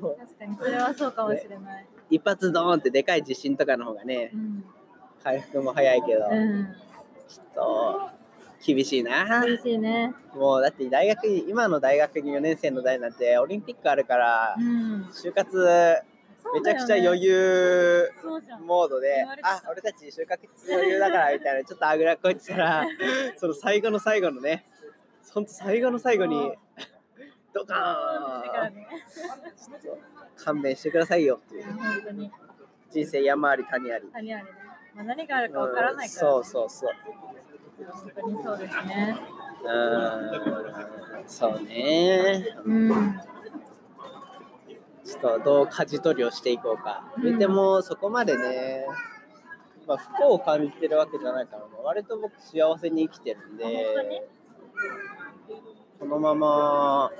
Speaker 2: 確かにそれはそうかもしれない、
Speaker 1: 一発ドーンってでかい地震とかの方がね
Speaker 2: うん
Speaker 1: 回復も早いけど、
Speaker 2: うん
Speaker 1: ちょっと厳しいな
Speaker 2: 厳しいね
Speaker 1: もうだって大学に今の大学に4年生の代なんてオリンピックあるから
Speaker 2: うん
Speaker 1: 就活
Speaker 2: そう
Speaker 1: めち
Speaker 2: だ
Speaker 1: ゃ
Speaker 2: よね
Speaker 1: くちゃ余裕
Speaker 2: そうじゃん
Speaker 1: モードで
Speaker 2: 言われ、た
Speaker 1: あ、俺たち就活余裕だからみたいな、ちょっとあぐらこいてた
Speaker 2: [LAUGHS]
Speaker 1: ら、その最後の最後のね、ほんと最後の最後に、ドカ
Speaker 2: だか
Speaker 1: ー
Speaker 2: ら
Speaker 1: ン
Speaker 2: ね
Speaker 1: ちょっと勘弁してくださいよっていう。
Speaker 2: 本当に
Speaker 1: 人生山あり谷あり。
Speaker 2: 何あれね、まあ、何があるかわからないから、
Speaker 1: う
Speaker 2: ね
Speaker 1: んそうそうそう。
Speaker 2: 本当にそうですね
Speaker 1: うーん、そうね。
Speaker 2: うん
Speaker 1: ちょっとどう舵取りをしていこうか。
Speaker 2: うん
Speaker 1: 言っても、そこまでね、まあ、不幸を感じてるわけじゃないから、まあ割と僕幸せに生きてるんで。
Speaker 2: 本当に
Speaker 1: このまま、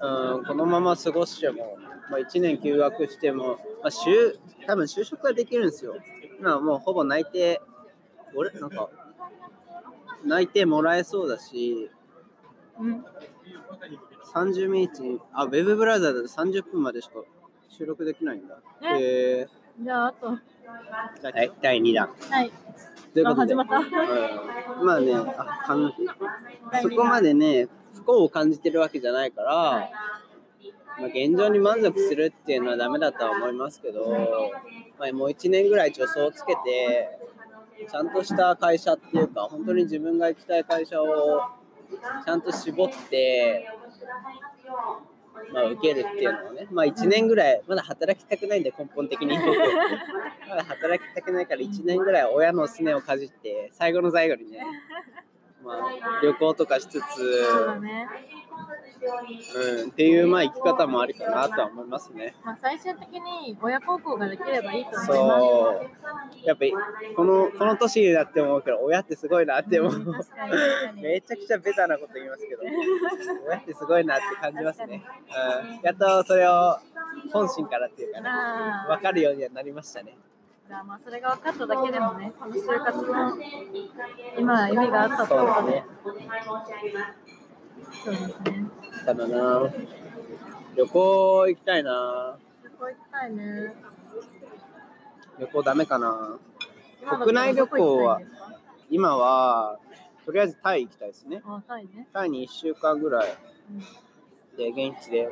Speaker 1: うん、このまま過ごしても、まあ、1年休学しても、まあ、就多分就職はできるんですよ。まあ、もうほぼ内定、俺、なんか、内定もらえそうだし、
Speaker 2: うん
Speaker 1: 30ミリあ、ウェブブラウザーだと30分までしか収録できないんだ。
Speaker 2: ね
Speaker 1: へえ
Speaker 2: じゃああと
Speaker 1: はい、第2弾。
Speaker 2: はい
Speaker 1: ということで、
Speaker 2: あ始まった
Speaker 1: うんまあね、あかん
Speaker 2: 第
Speaker 1: そ
Speaker 2: 二弾
Speaker 1: こまでね、不幸を感じてるわけじゃないから、
Speaker 2: はい
Speaker 1: まあ、現状に満足するっていうのはダメだとは思いますけど、まあ、もう1年ぐらい助走をつけてちゃんとした会社っていうか本当に自分が行きたい会社をちゃんと絞ってまあ、受けるっていうのもね、まあ、1年ぐらい、まだ働きたくないんで、根本的に。 [LAUGHS] まだ働きたくないから、1年ぐらい親のすねをかじって、最後の最後にね、まあ、旅行とかしつつ、
Speaker 2: そうだね。
Speaker 1: うん、っていう、まあ、生き方もありかなとは思いますね。
Speaker 2: まあ、最終的に親孝行ができればいいと思います。
Speaker 1: そう。やっぱり、この、この年になって思うけど、親ってすごいなって思
Speaker 2: うん
Speaker 1: う。
Speaker 2: 確かに確か
Speaker 1: [LAUGHS]
Speaker 2: に
Speaker 1: めちゃくちゃベタなこと言いますけど、親ってすごいなって感じますね。うん、やっとそれを本心からっていうかね、
Speaker 2: あー
Speaker 1: 分かるようにはなりましたね。
Speaker 2: じゃあまあそれが分かっただけでもね、この就活の今は意味があったと
Speaker 1: そうだ
Speaker 2: 思う
Speaker 1: ね。
Speaker 2: そうですね。
Speaker 1: ただな、旅行行きたいな。
Speaker 2: 旅行行きたいね。
Speaker 1: 旅行ダメかな。国内旅行は
Speaker 2: 今だ
Speaker 1: 今
Speaker 2: とどこ行きたいんですか
Speaker 1: は、とりあえずタイ行きたいですね。
Speaker 2: あ、タイね。
Speaker 1: タイに1週間ぐらい
Speaker 2: うん
Speaker 1: で、現地で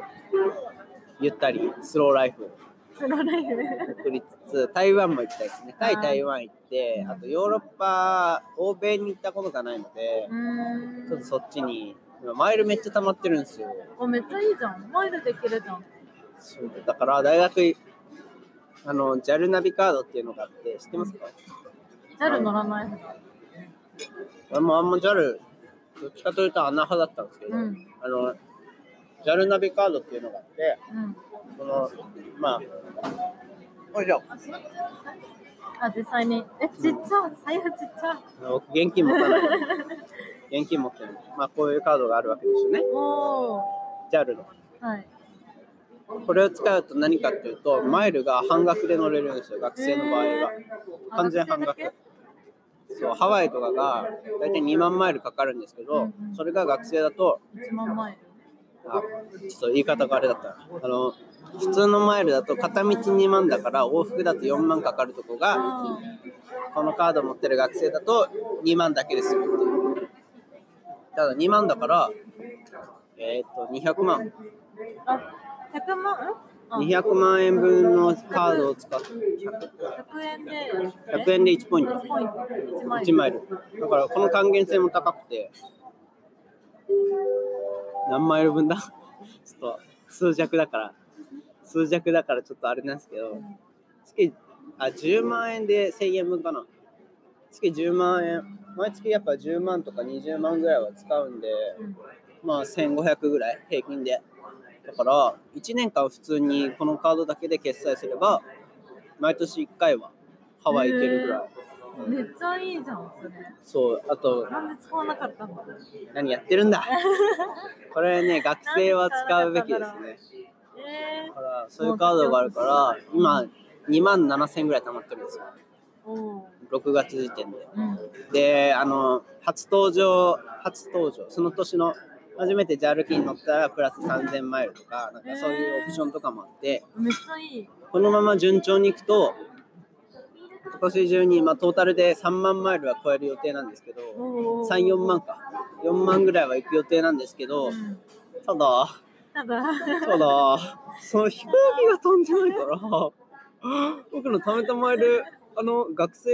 Speaker 1: ゆったりスローライフ
Speaker 2: スローラ
Speaker 1: [LAUGHS]
Speaker 2: イフ。
Speaker 1: 送りつつ、台湾も行きたいですね。タイ、
Speaker 2: あー
Speaker 1: 台湾行って、あとヨーロッパ、欧米に行ったことがないので
Speaker 2: う、ーん。
Speaker 1: ちょっとそっちに、今マイルめっちゃ溜まってるんですよ。
Speaker 2: おめっちゃいいじゃん。マイルできるじゃん。
Speaker 1: そうだから大学い、あの、JAL ナビカードっていうのがあって、知ってますか
Speaker 2: JAL 乗らない。
Speaker 1: あんま、あんま JAL、どっちかというと穴派だったんですけど、
Speaker 2: うん
Speaker 1: あの、JAL ナビカードっていうのがあって、
Speaker 2: うん。
Speaker 1: その、まあ、これじゃ
Speaker 2: あ、実際に。え、ちっちゃい。財布ちっちゃい。
Speaker 1: 僕現金持たない。
Speaker 2: [LAUGHS]
Speaker 1: 現金持ってない。まあ、こういうカードがあるわけですよね。
Speaker 2: おー。
Speaker 1: JAL の。
Speaker 2: はい。
Speaker 1: これを使うと何かっていうと、マイルが半額で乗れるんですよ、学生の場合は。
Speaker 2: あ
Speaker 1: 完全半
Speaker 2: 学
Speaker 1: 額
Speaker 2: 生だけ
Speaker 1: そうハワイとかが大体2万マイルかかるんですけど、
Speaker 2: うんうん
Speaker 1: それが学生だと
Speaker 2: 1万マイル。
Speaker 1: あちょっと言い方があれだったなあの普通のマイルだと片道2万だから往復だと4万かかるとこが
Speaker 2: あ
Speaker 1: このカード持ってる学生だと2万だけですよっていうただ2万だからえーっと200万
Speaker 2: ーあ、100万あ
Speaker 1: 200万円分のカードを使って100
Speaker 2: 100円で
Speaker 1: 100円で1ポイント
Speaker 2: 1ポイント1マイル
Speaker 1: 1マイルだからこの還元性も高くて何マイル分だ [LAUGHS] ちょっと数弱だから数弱だからちょっとあれなんですけど月あ10万円で1000円分かな月10万円毎月やっぱ10万とか20万ぐらいは使うんで
Speaker 2: うん
Speaker 1: まあ1500ぐらい平均でだから1年間普通にこのカードだけで決済すれば毎年1回はハワイ行けるぐらい、
Speaker 2: めっちゃいいじゃんそれ
Speaker 1: そうあと
Speaker 2: なんで使わなかったの
Speaker 1: 何やってるんだこれね学生は使うべきですね
Speaker 2: え
Speaker 1: だからそういうカードがあるから今2万7000ぐらい貯まってるんですよ
Speaker 2: ー、おー
Speaker 1: 6月時点で
Speaker 2: うん
Speaker 1: であの初登場初登場その年の初めて JAL 機に乗ったらプラス3000マイルとかなんかそういうオプションとかもあって
Speaker 2: めっちゃいい
Speaker 1: このまま順調にいくと今年中に、まあ、トータルで3万マイルは超える予定なんですけど
Speaker 2: おー
Speaker 1: 34万か4万ぐらいは行く予定なんですけど、
Speaker 2: うん
Speaker 1: ただ
Speaker 2: ただ
Speaker 1: ただその飛行機が飛んじゃないから僕の貯めたマイルあの学生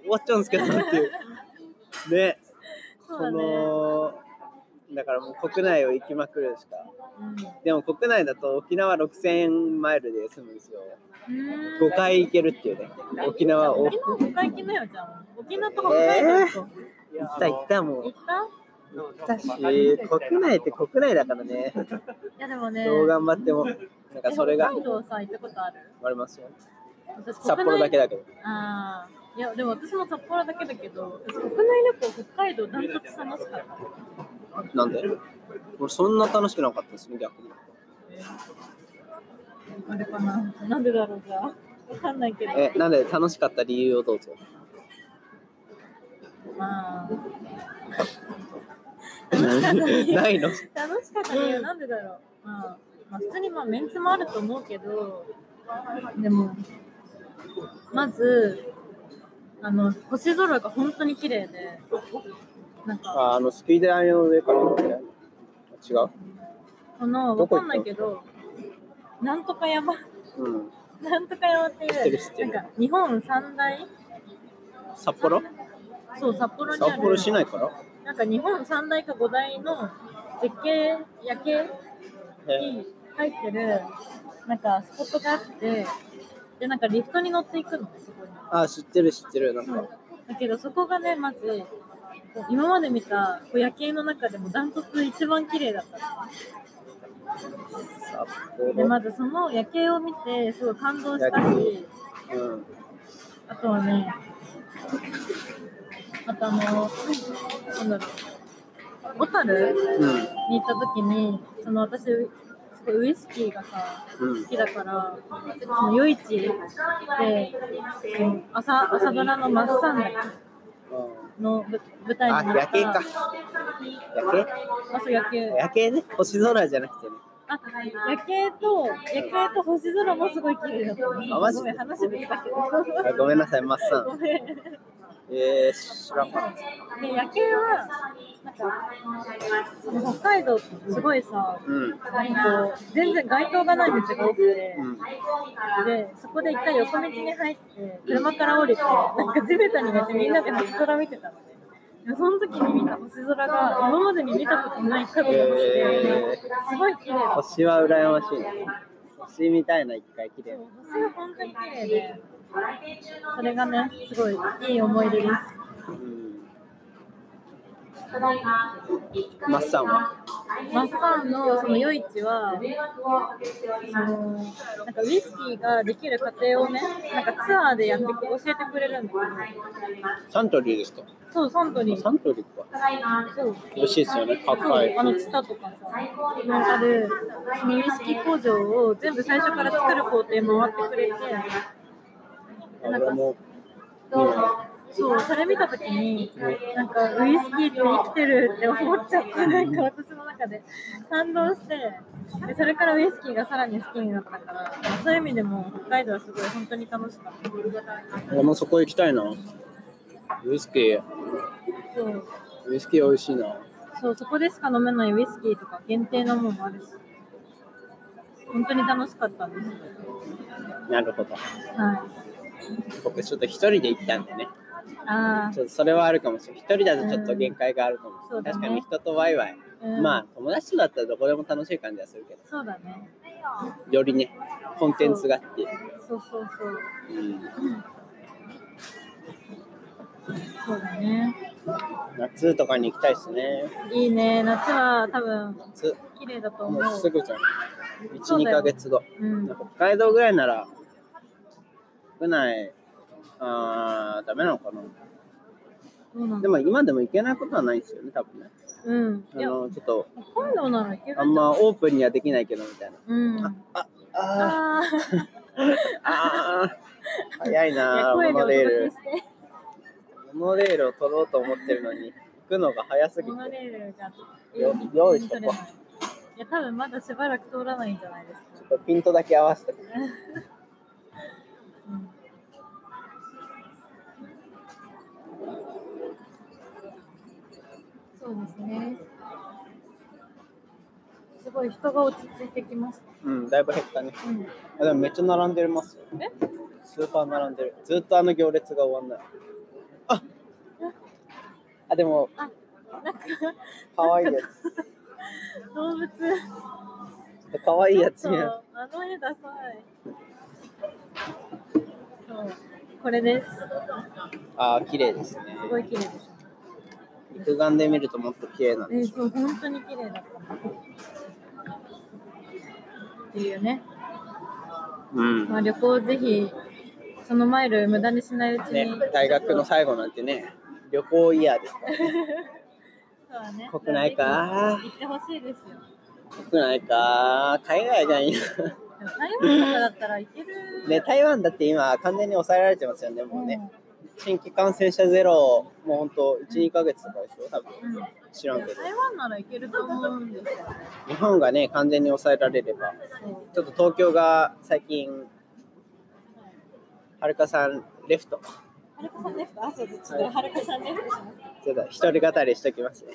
Speaker 1: 終わっちゃうんですけどなっていうね
Speaker 2: そ
Speaker 1: そう
Speaker 2: だね
Speaker 1: のだからもう国内を行きまくるしか
Speaker 2: うん
Speaker 1: でも国内だと沖縄6000マイルで済むんですよ
Speaker 2: うーん
Speaker 1: 5回行けるっていうね沖縄を
Speaker 2: 沖縄5回決めようじゃん沖縄と北海道と
Speaker 1: 行った行ったもう
Speaker 2: 行った
Speaker 1: 行ったし国内って国内だからね
Speaker 2: いやでもね
Speaker 1: どう頑張ってもなんかそれが
Speaker 2: え北海道さ行ったことある
Speaker 1: ありますよ
Speaker 2: 私
Speaker 1: 札幌だけだけど
Speaker 2: ああ、いや、でも私も札幌だけだけど、私国内旅行、北海道、ダントツ楽しかった。
Speaker 1: なんで俺そんな楽しくなかったですね、逆に。
Speaker 2: あれかな、なんでだろうじゃあ。わかんないけど。
Speaker 1: え、なんで楽しかった理由をどうぞ。
Speaker 2: まあ、
Speaker 1: [LAUGHS] ないの
Speaker 2: 楽しかった理由、なんでだろう。まあ、まあ、普通にまあメンツもあると思うけど、でも、まず、あの、星空が本当に綺麗で、なんか、
Speaker 1: ああの、スキー台の上からみたいな。違う
Speaker 2: この、わ
Speaker 1: どこ
Speaker 2: か
Speaker 1: 行った
Speaker 2: んないけど、なんとか山、
Speaker 1: うん。
Speaker 2: なんとか山って
Speaker 1: 知って
Speaker 2: い
Speaker 1: る知って
Speaker 2: う、
Speaker 1: る
Speaker 2: なんか、日本三大
Speaker 1: 札幌
Speaker 2: そう、札幌にある
Speaker 1: 札幌市内から
Speaker 2: なんか日本三大か五大の絶景、夜景
Speaker 1: へ
Speaker 2: に入ってるなんかスポットがあってでなんかリフトに乗っていくのねそこに
Speaker 1: あ、知ってる知ってる。なん
Speaker 2: そう
Speaker 1: か、
Speaker 2: だけどそこがねまずこう今まで見たこう夜景の中でもダントツ一番綺麗だったの
Speaker 1: 札
Speaker 2: で
Speaker 1: 幌。
Speaker 2: まずその夜景を見てすごい感動した
Speaker 1: 夜
Speaker 2: し
Speaker 1: うん。
Speaker 2: あとはねあとあのなんだろう小樽
Speaker 1: うん。
Speaker 2: に行った時にその私すごいウイスキーがさ
Speaker 1: うん
Speaker 2: 好。きだから、その夜市でその朝朝ドラのマッサンの舞舞台
Speaker 1: あ、
Speaker 2: にな
Speaker 1: 夜
Speaker 2: った
Speaker 1: 景か。夜景
Speaker 2: あそう夜景
Speaker 1: 夜景ね。星空じゃなくてね。
Speaker 2: あ夜景と夜景と星空もすごい綺麗だった。
Speaker 1: あマジで
Speaker 2: ごめん話別だけど。
Speaker 1: あごめんなさい、マッサ
Speaker 2: ご
Speaker 1: ン。
Speaker 2: めん。で
Speaker 1: えー、知らんかっ
Speaker 2: 夜景はなんかその北海道ってすごいさ、
Speaker 1: た。うん。
Speaker 2: なんか全然街灯がない道が多くて、
Speaker 1: うん。
Speaker 2: でそこで一回横道に入って車から降りてなんか地べたに寝てみんなで星空見てたのね。でその時に見た星空が今までに見たことない角度で、
Speaker 1: え
Speaker 2: すごい綺麗だった。
Speaker 1: 星は羨ましいね。星みたいな一回綺麗。
Speaker 2: それ本当に綺麗で、それがね、すごいいい思い出です。
Speaker 1: うん。マッサンは。
Speaker 2: マッサンのその夜市は、そのなんかウイスキーができる過程をね、なんかツアーでやってく教えてくれるんだよね。
Speaker 1: サントリーですか
Speaker 2: そう、サントリー。
Speaker 1: サントリーか。
Speaker 2: そう
Speaker 1: 美味しいですよね。かっ
Speaker 2: そ
Speaker 1: こいうい。
Speaker 2: あのツタとかさ、なんかあるそのウイスキー工場を全部最初から作る工程回ってくれて、
Speaker 1: あれも。いいな
Speaker 2: そう、それ見たときに、なんかウイスキーって生きてるって思っちゃって、なんか私の中で感動して、でそれからウイスキーがさらに好きになったから、そういう意味でも北海道はすごい本当に楽しかった。
Speaker 1: 俺もそこ行きたいな。ウイスキー、
Speaker 2: そう
Speaker 1: ウイスキー美味しいな。
Speaker 2: そう、そこでしか飲めないウイスキーとか限定のものもあるし、本当に楽しかったんです。
Speaker 1: なるほど。
Speaker 2: はい。
Speaker 1: 僕ちょっと一人で行ったんでね。
Speaker 2: ああ、
Speaker 1: ちょっとそれはあるかもしれない。一人だとちょっと限界があるかもしれない。
Speaker 2: うんそうだね
Speaker 1: 確かに人とワイワイ。
Speaker 2: うん
Speaker 1: まあ友達とだったらどこでも楽しい感じはするけど、
Speaker 2: そうだね。
Speaker 1: よりね、コンテンツがあって。
Speaker 2: そうそうそう。
Speaker 1: うん
Speaker 2: そうだね。
Speaker 1: 夏とかに行きたいですね。
Speaker 2: いいね。夏は多分
Speaker 1: 夏。
Speaker 2: 綺麗だと思
Speaker 1: も
Speaker 2: う。
Speaker 1: うすぐじゃん。1、
Speaker 2: そう
Speaker 1: 2
Speaker 2: だよ
Speaker 1: ヶ月後。
Speaker 2: うん。
Speaker 1: 北海道ぐらいなら、国内、あー、ダメなのかな。
Speaker 2: そうなん
Speaker 1: で
Speaker 2: だ。
Speaker 1: も今でも行けないことはないですよね、多分ね。
Speaker 2: うん。
Speaker 1: あ
Speaker 2: いや、
Speaker 1: の、ちょっと、
Speaker 2: 北海道ならいける
Speaker 1: あんまオープンにはできないけどみたいな。
Speaker 2: うん。あ
Speaker 1: あ
Speaker 2: あ
Speaker 1: ーあー、早い
Speaker 2: ー、いや
Speaker 1: な
Speaker 2: 声
Speaker 1: ー、モ
Speaker 2: で
Speaker 1: ノレ
Speaker 2: お
Speaker 1: ー
Speaker 2: 届け
Speaker 1: ル
Speaker 2: し。
Speaker 1: モノレールを取ろうと思ってるのに、行くのが早す
Speaker 2: て。
Speaker 1: ぎ
Speaker 2: モノ
Speaker 1: て。
Speaker 2: レールが。
Speaker 1: よ
Speaker 2: いい
Speaker 1: 用意しとこう
Speaker 2: いや、多分まだしばらく通らないんじゃないですか。
Speaker 1: ちょっとピントだけ合わせて。
Speaker 2: うん。そうですね。すごい人が落ち着いてきました。
Speaker 1: うん、だいぶ減ったね。
Speaker 2: うん。
Speaker 1: あでもめっちゃ並んでますよ。
Speaker 2: え
Speaker 1: スーパー並んでる。ずっとあの行列が終わんない。ああ、でも、
Speaker 2: なんか
Speaker 1: かわいいやつ。
Speaker 2: 動物。
Speaker 1: かわいいやつ
Speaker 2: そう
Speaker 1: や。
Speaker 2: あの絵ダサい。そう、これです。
Speaker 1: あー、綺麗ですね。
Speaker 2: すごい綺麗でしょ。
Speaker 1: 肉眼で見るともっと綺麗な
Speaker 2: え
Speaker 1: の。
Speaker 2: ーそう、本当に綺麗だった。っていうね。
Speaker 1: うん。
Speaker 2: まあ、旅行ぜひ、そのマイル無駄にしないうち
Speaker 1: ね
Speaker 2: に。、
Speaker 1: 大学の最後なんてね、旅行イヤーですから、ね、
Speaker 2: そうだね
Speaker 1: 国内か
Speaker 2: 行ってほしいです [LAUGHS] よ。
Speaker 1: 国内か、海外がいいな。
Speaker 2: でも台湾とかだったら行ける。
Speaker 1: ね、台湾だって今、完全に抑えられてますよね、もうね。新規感染者ゼロ、もうほんと1、2ヶ月とかでしょ、多分
Speaker 2: うん。うん
Speaker 1: 知らんけど。
Speaker 2: 台湾なら行けると思うんですよね。
Speaker 1: 日本がね、完全に抑えられれば、
Speaker 2: そう
Speaker 1: ちょっと東京が最近、はるかさん、レフト、
Speaker 2: はるかさんですかあ、そうです。ちょっとはるかさんです。
Speaker 1: ちょっと一人語りしときますね。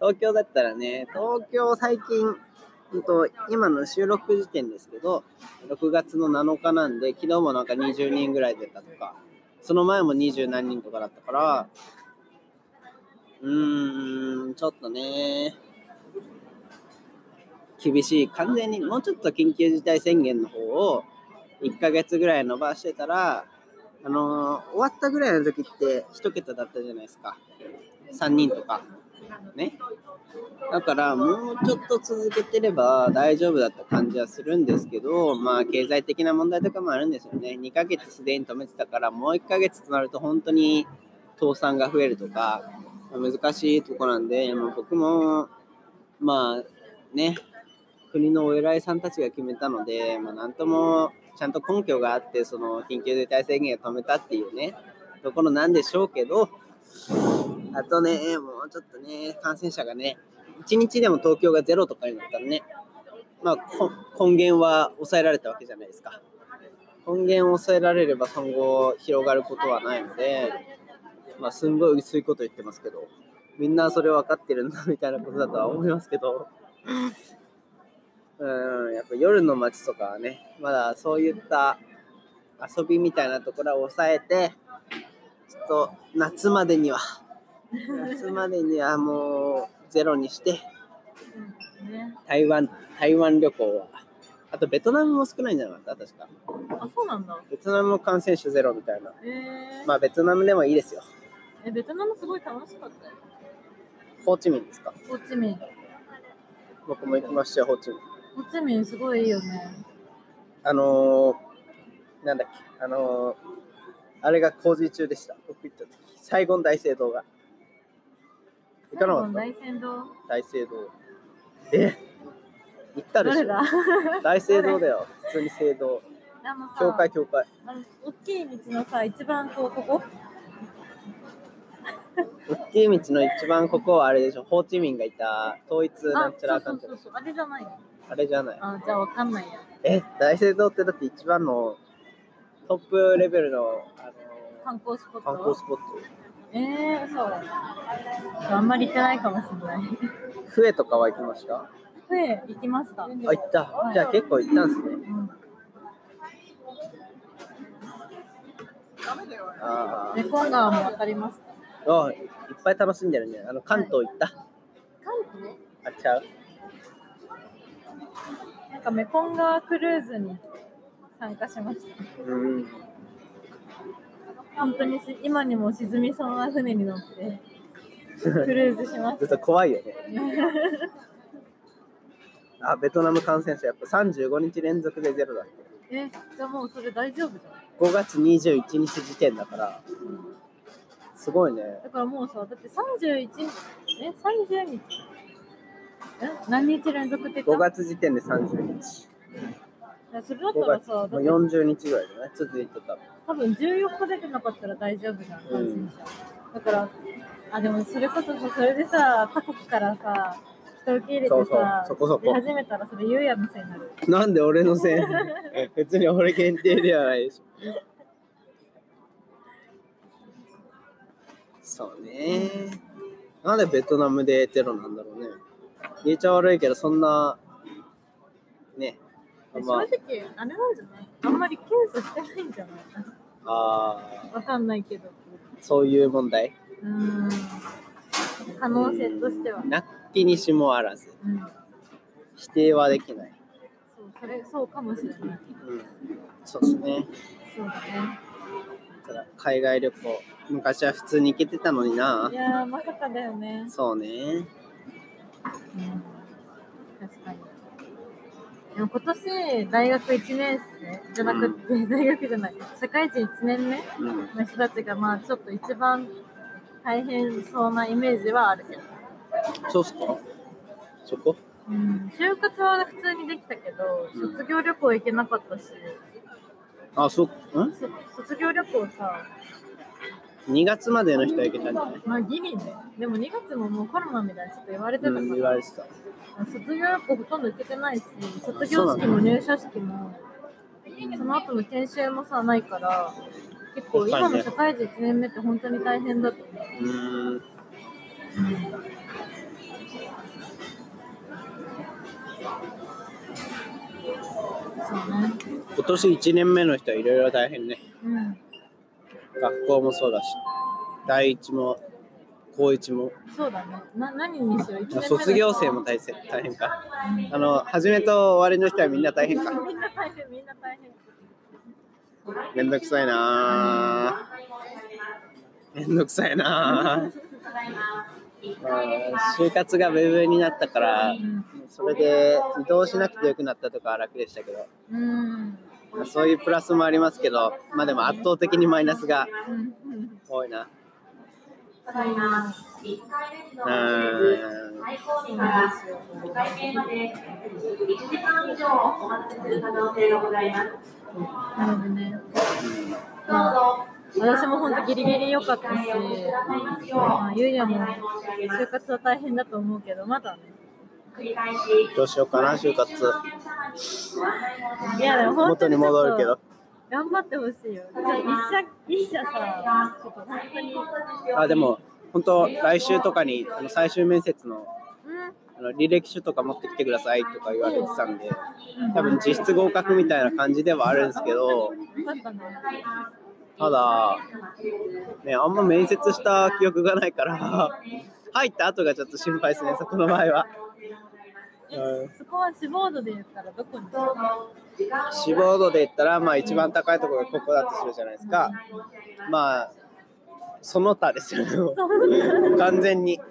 Speaker 1: 東京だったらね、東京最近、ほんと今の収録時点ですけど、6月の7日なんで、昨日もなんか20人ぐらい出たとか、その前も20何人とかだったから、うーん、ちょっとね、厳しい、完全にもうちょっと緊急事態宣言の方を1ヶ月ぐらい延ばしてたら、あのー終わったぐらいの時って1桁だったじゃないですか。3人とか。ね。だからもうちょっと続けてれば大丈夫だった感じはするんですけど、まあ経済的な問題とかもあるんですよね。2ヶ月すでに止めてたから、もう1ヶ月となると本当に倒産が増えるとか、難しいとこなんで、まあ僕も、まあね、国のお偉いさんたちが決めたので、まあなんともちゃんと根拠があって、その緊急事態宣言を止めたっていうね、ところなんでしょうけど、あとね、もうちょっとね、感染者がね、1日でも東京がゼロとかになったらね、まあ、こ根源は抑えられたわけじゃないですか。根源を抑えられれば、今後広がることはないので、まあ、すんごい薄いこと言ってますけど、みんなそれ分かってるんだみたいなことだとは思いますけど、うん、やっぱ夜の街とかはね、まだそういった遊びみたいなところは抑えて、ちょっと夏までには、夏までにはもうゼロにして、
Speaker 2: うんね、
Speaker 1: 台湾、台湾旅行は。あとベトナムも少ないんじゃなかった確か。
Speaker 2: あ、そうなんだ。
Speaker 1: ベトナムも感染者ゼロみたいな。
Speaker 2: えー
Speaker 1: まあベトナムでもいいですよ。
Speaker 2: え、ベトナムすごい楽しかったよ。
Speaker 1: ホーチミンですか
Speaker 2: ホーチミン。
Speaker 1: 僕も行きましたよ、ホーチミン。
Speaker 2: ホーチミンすごいいいよね。
Speaker 1: あのー、なんだっけ、あのー、あれが工事中でした。僕行った時。サイゴン大聖堂が。行かなかった
Speaker 2: 大仙堂。
Speaker 1: 大聖堂。え行ったでし
Speaker 2: 誰
Speaker 1: ょ
Speaker 2: だ [LAUGHS]
Speaker 1: 大聖堂だよ。普通に聖堂。
Speaker 2: あのさ
Speaker 1: 教会、教会。
Speaker 2: あの大きい道のさ、一番こう、ここ。
Speaker 1: 大きい道の一番ここはあれでしょ、ホーチミンがいた統一な
Speaker 2: あ
Speaker 1: ん、ちゃ
Speaker 2: そ
Speaker 1: ら
Speaker 2: う
Speaker 1: か
Speaker 2: そ
Speaker 1: ん
Speaker 2: う
Speaker 1: ちゃ
Speaker 2: そ
Speaker 1: ら
Speaker 2: うそう。あれじゃないの。
Speaker 1: あれじゃない。
Speaker 2: あ、じゃあわかんないや。
Speaker 1: え、大聖堂ってだって一番のトップレベルの、あの
Speaker 2: 観光スポット。
Speaker 1: 観光スポッ
Speaker 2: ええー、そう。あんまり行ってないかもしれない。 [LAUGHS]
Speaker 1: ト。笛とかは行きましたあ、
Speaker 2: で、行きました。う
Speaker 1: 行った。じゃあ結構行ったんですね。
Speaker 2: ん
Speaker 1: あ
Speaker 2: で、今川も渡りました。
Speaker 1: ーあ、いっぱい楽しんでるね。あの、関東行った。
Speaker 2: 関東
Speaker 1: あ、ちゃう。
Speaker 2: なんかメコン川クルーズに参加しました。
Speaker 1: うん。
Speaker 2: 本当にし今にも沈みそうな船に乗ってクルーズしま
Speaker 1: ちょ
Speaker 2: し
Speaker 1: っと怖いよね。あ、ベトナム感染者、やっぱ35日連続でゼロだって。
Speaker 2: た。え、じゃあもうそれ大丈夫じゃ
Speaker 1: 5月21日時点だから、
Speaker 2: ん。
Speaker 1: すごいね。
Speaker 2: だからもうさ、だって31日、え、30日え何日連続って言
Speaker 1: 5
Speaker 2: った
Speaker 1: 月時点で30日。
Speaker 2: いやそれだった
Speaker 1: 5
Speaker 2: ら
Speaker 1: 月、
Speaker 2: さ、
Speaker 1: も
Speaker 2: だ
Speaker 1: う
Speaker 2: って
Speaker 1: 40日ぐらいじゃないちょっと言ってた。
Speaker 2: 多分14日出てなかったら大丈夫じゃん、感染者。だから、あ、でもそれこそさ、それでさ、他国からさ、人受け入れて
Speaker 1: そうそう
Speaker 2: さ、
Speaker 1: そこそこ
Speaker 2: 出始めたらそれ優や店になる。
Speaker 1: なんで俺のせい [LAUGHS] 別に俺限定ではないでしょ。そうね。なんでベトナムでゼロなんだろうね。言えちゃ悪いけど、そんな、ね。あんま
Speaker 2: 正直、あれなんじゃないあんまり検査してないんじゃない
Speaker 1: あ
Speaker 2: わかんないけど。
Speaker 1: ー、そういう問題。
Speaker 2: うーん。可能性としては。
Speaker 1: なきにしもあらず。
Speaker 2: うん。
Speaker 1: 否定はできない。
Speaker 2: そう、それ、そうかもしれない。
Speaker 1: うん。そうですね。
Speaker 2: そうだね。。
Speaker 1: ただ海外旅行。昔は普通に行けてたのにない
Speaker 2: やー、まさかだよね。
Speaker 1: そうね。
Speaker 2: うん確かに。でも今年、大学1年生じゃなくて、大学じゃない、社会人1年目
Speaker 1: うん。
Speaker 2: の人たちが、まあ、ちょっと一番大変そうなイメージはあるけど、
Speaker 1: そうっすかそこ
Speaker 2: うん、就活は普通にできたけど、
Speaker 1: うん
Speaker 2: 卒業旅行行けなかったし、
Speaker 1: あ、そうん
Speaker 2: そ卒業旅行さ、
Speaker 1: ?2 月までの人は行けたんじゃない
Speaker 2: まあ、ギリね、でも2月ももうコロナみたいなちょっと言われてた
Speaker 1: う
Speaker 2: から、
Speaker 1: ん、言われてた。
Speaker 2: 卒業旅行ほとんど行けてないし、卒業式も入社式も、その後の研修もさ、ないから、結構今の社会人1年目って本当に大変だと思う。
Speaker 1: うーん。
Speaker 2: そうね。
Speaker 1: 今年1年目の人はいろいろ大変ね。
Speaker 2: うん。
Speaker 1: 学校もそうだし、第一も高一も。
Speaker 2: そうだね。な何にしよう。一年目
Speaker 1: まあ
Speaker 2: の人
Speaker 1: 卒業生も大変大変か。あの、初めと終わりの人はみんな大変か。
Speaker 2: [LAUGHS] みんな大変、みんな大変。
Speaker 1: めんどくさいなぁ。めんどくさいなぁ。まあ、就活がブーブーになったから、それで移動しなくてよくなったとかは楽でしたけど、
Speaker 2: うん。
Speaker 1: まあそういうプラスもありますけど、まあでも圧倒的にマイナスが
Speaker 2: うんうん
Speaker 1: 多いな。
Speaker 3: ただいま、1回
Speaker 1: う
Speaker 3: 目の
Speaker 1: ーん。
Speaker 3: 最後尾から5回目まで1時間以上お待たせする可能性がございます。
Speaker 2: なるほどね。
Speaker 3: どうぞ。
Speaker 2: 私も本当ギリギリ良かったし、まあ、ゆうやも就活は大変だと思うけど、まだね。
Speaker 3: 繰り返し、
Speaker 1: どうしようかな、就活。
Speaker 2: いや、でも本
Speaker 1: 元
Speaker 2: 当
Speaker 1: に
Speaker 2: にちょっと
Speaker 1: 戻るけど。
Speaker 2: 頑張ってほしいよ。ちょっと一社、一社さ、ちょっと本当に、
Speaker 1: あ、でも、本当来週とかに、あの最終面接の
Speaker 2: うん、
Speaker 1: あの履歴書とか持ってきてくださいとか言われてたんで、多分実質合格みたいな感じではあるんですけど、
Speaker 2: よかったね。
Speaker 1: ただ、ね、あんま面接した記憶がないから、入った後がちょっと心配ですね、そこの場合は。うん
Speaker 2: そこは志望度で言ったらどこに
Speaker 1: 志望度で言ったら、まあ、一番高いところがここだとするじゃないですか。まあ、その他ですよね、もう完全に。
Speaker 2: 完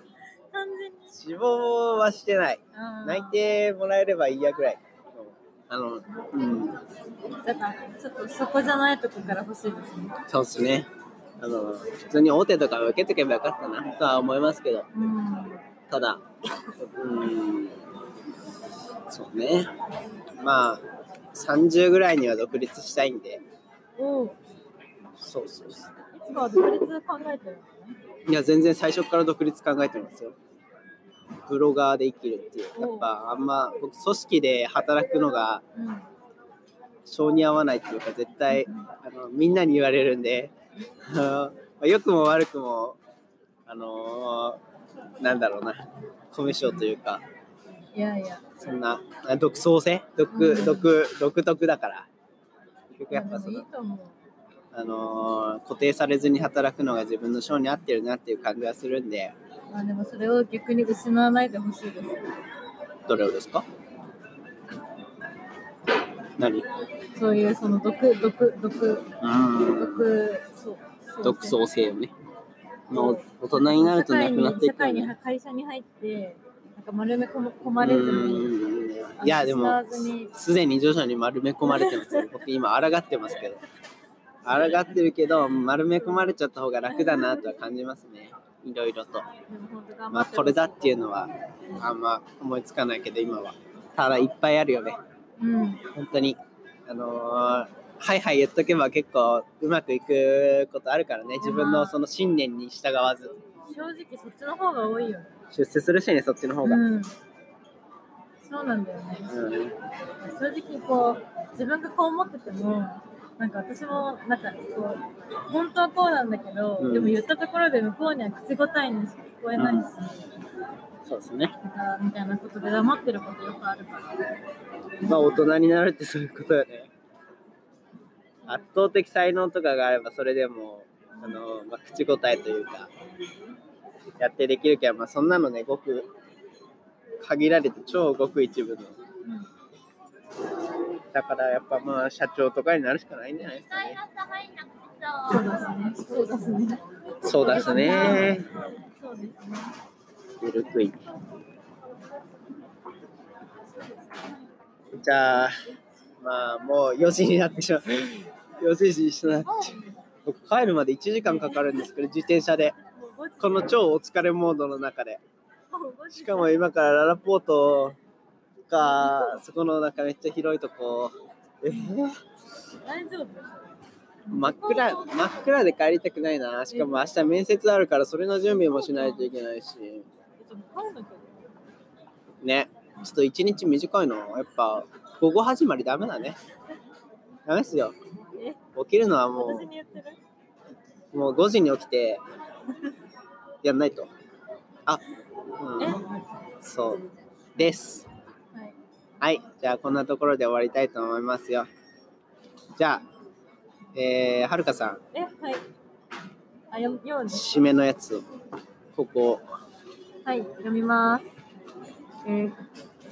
Speaker 2: 全に。
Speaker 1: 志望はしてない。
Speaker 2: あー
Speaker 1: 内定もらえればいいやぐらい。あの、うん、
Speaker 2: だから、ちょっとそこじゃないとこから欲しいですね。
Speaker 1: そうっすね。あの、普通に大手とか受けとけばよかったなとは思いますけど、
Speaker 2: うん。
Speaker 1: ただ、うーん、そうね。まあ、30ぐらいには独立したいんで、
Speaker 2: おう
Speaker 1: そうそうそ
Speaker 2: いつかは独立考えてるのね。
Speaker 1: う。いや、全然最初から独立考えてますよ。ブロガーで生きるっていう。やっぱあんま、僕、組織で働くのが
Speaker 2: うん。
Speaker 1: 性に合わないっていうか、絶対、あのみんなに言われるんで、あのまあ良くも悪くも、あのーなんだろうな、コミュ障というか、
Speaker 2: いやいや。
Speaker 1: そんな、あ独創性独、独、独特だから。結局やっぱそ
Speaker 2: でもい
Speaker 1: の
Speaker 2: い、と思う。
Speaker 1: あのー固定されずに働くのが自分の性に合ってるなっていう感じがするんで、
Speaker 2: まあでもそれを逆に失わないでほしいです。
Speaker 1: どれをですか何う
Speaker 2: そういうその毒、毒、毒、
Speaker 1: ーん、
Speaker 2: 毒、そう。
Speaker 1: 独創性をね。もう大人になるとなくなっていくよ
Speaker 2: 社会
Speaker 1: ね
Speaker 2: に、社会に会社に入って、なんか丸め込ま込まれずに、
Speaker 1: うんいやでも
Speaker 2: 失わずに
Speaker 1: すでに徐々に丸め込まれてますね僕今抗ってますけど抗ってるけど丸め込まれちゃった方が楽だなとは感じますねいろいろと
Speaker 2: でも本当頑張
Speaker 1: ま
Speaker 2: っ
Speaker 1: あ
Speaker 2: てほしい
Speaker 1: これだっていうのはあんま思いつかないけど今はただいっぱいあるよね
Speaker 2: うん。
Speaker 1: 本当にあのーはいはい言っとけば結構うまくいくことあるからね自分のその信念に従わず
Speaker 2: 正直そっちの方が多いよね。
Speaker 1: 出世するしねそっちの方が、
Speaker 2: うん、そうなんだよね。
Speaker 1: うん
Speaker 2: 正直こう自分がこう思っててもなんか私もなんかこう本当はこうなんだけど、
Speaker 1: うん
Speaker 2: でも言ったところで向こうには口答えにしか聞こえないし、
Speaker 1: そうですね
Speaker 2: なんかみたいなことで黙ってることよくあるから。
Speaker 1: まあ大人になるってそういうことよね。圧倒的才能とかがあればそれでもあの、まあ、口答えというかやってできるけど、まあ、そんなのねごく限られて超ごく一部のだからやっぱまあ社長とかになるしかないんじゃないですかね
Speaker 2: そうですね。そうですね。
Speaker 1: そうだすね
Speaker 2: そうですね。
Speaker 1: ミルクインじゃあまあもう4時になってしまう4時にしなって僕帰るまで1時間かかるんですけど自転車で
Speaker 2: もうご
Speaker 1: この超お疲れモードの中で
Speaker 2: もうご
Speaker 1: しかも今からララポートかそこの中めっちゃ広いとこえー
Speaker 2: 大丈夫。
Speaker 1: 真っ暗真っ暗で帰りたくないなしかも明日面接あるからそれの準備もしないといけないし
Speaker 2: ちょっと帰るのか
Speaker 1: ねちょっと一日短いのやっぱ午後始まりダメだねダメっすよ
Speaker 2: え
Speaker 1: 起きるのはも
Speaker 2: 私に言ってる。
Speaker 1: うもう5時に起きてやんないとあう
Speaker 2: え
Speaker 1: んそうです
Speaker 2: はい。
Speaker 1: はい、じゃあこんなところで終わりたいと思いますよ。じゃあ、えー、はるかさん、
Speaker 2: えはい。あよ読むね。
Speaker 1: 締めのやつを。ここ。
Speaker 2: はい、読みます。えー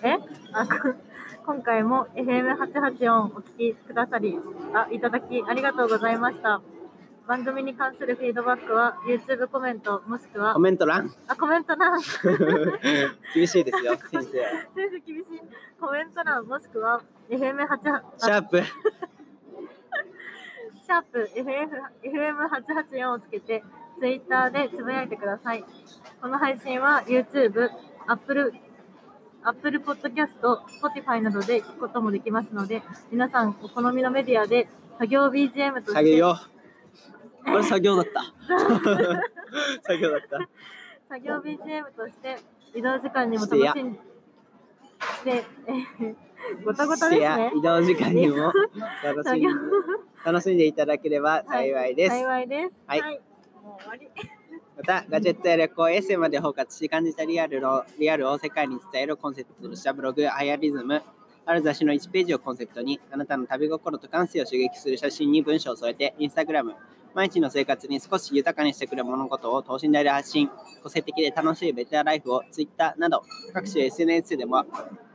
Speaker 2: えあこ今回も FM884 お聞きくださりあ、いただきありがとうございました。番組に関するフィードバックは YouTube コメントもしくは
Speaker 1: コメント欄
Speaker 2: あコメント欄
Speaker 1: [LAUGHS] 厳しいです
Speaker 2: [LAUGHS]
Speaker 1: よ、先生。
Speaker 2: 先生厳しいコメント欄もしくは FM8
Speaker 1: シャープ。
Speaker 2: シャープ FM884 をつけて、ツイッターでつぶやいてください。この配信は YouTube、Apple、Apple Podcast、Spotify などで聞くこともできますので、皆さんお好みのメディアで作業 BGM と
Speaker 1: 作
Speaker 2: して
Speaker 1: 業。
Speaker 2: [LAUGHS]
Speaker 1: これ作業だった。作業だった。
Speaker 2: 作業 BGM として移動時間にも楽しんで、えごたごた
Speaker 1: い
Speaker 2: です
Speaker 1: や
Speaker 2: ね
Speaker 1: 移。動時間にも楽し
Speaker 2: 作
Speaker 1: ん
Speaker 2: 業
Speaker 1: で楽しんでいただければ幸いです。
Speaker 2: 幸いです。
Speaker 1: はい
Speaker 2: もう終わり。
Speaker 1: また、ガジェットや旅行、エッセイまで包括し、感じたリアルのリアルを世界に伝えるコンセプトとしたブログ、ハイアリズム、ある雑誌の1ページをコンセプトに、あなたの旅心と感性を刺激する写真に文章を添えて、インスタグラム、毎日の生活に少し豊かにしてくれる物事を等身大で発信、個性的で楽しいベターライフを Twitter など各種 SNS でも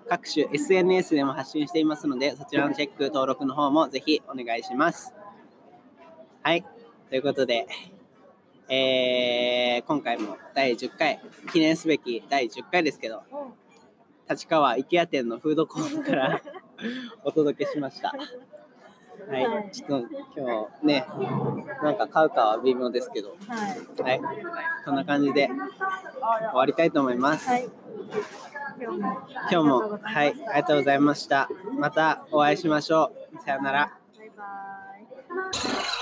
Speaker 1: 各種 SNS でも発信していますので、そちらのチェック、登録の方もぜひお願いします。はい、ということで、えー今回も第10回、記念すべき第10回ですけど、立川池谷店のフードコートから
Speaker 2: [LAUGHS]
Speaker 1: お届けしました。は、
Speaker 2: はいい
Speaker 1: ちょっと今日ね、なんか買うかは微妙ですけど、
Speaker 2: はい。
Speaker 1: はい、こんな感じで終わりたいと思います。
Speaker 2: はい。今日もあり
Speaker 1: 今
Speaker 2: が
Speaker 1: 日
Speaker 2: とう
Speaker 1: も
Speaker 2: ご、ざ
Speaker 1: はいい
Speaker 2: まし、
Speaker 1: あり
Speaker 2: た
Speaker 1: がとうございました。またお会いしましょう。さよなら。
Speaker 2: バイバイ。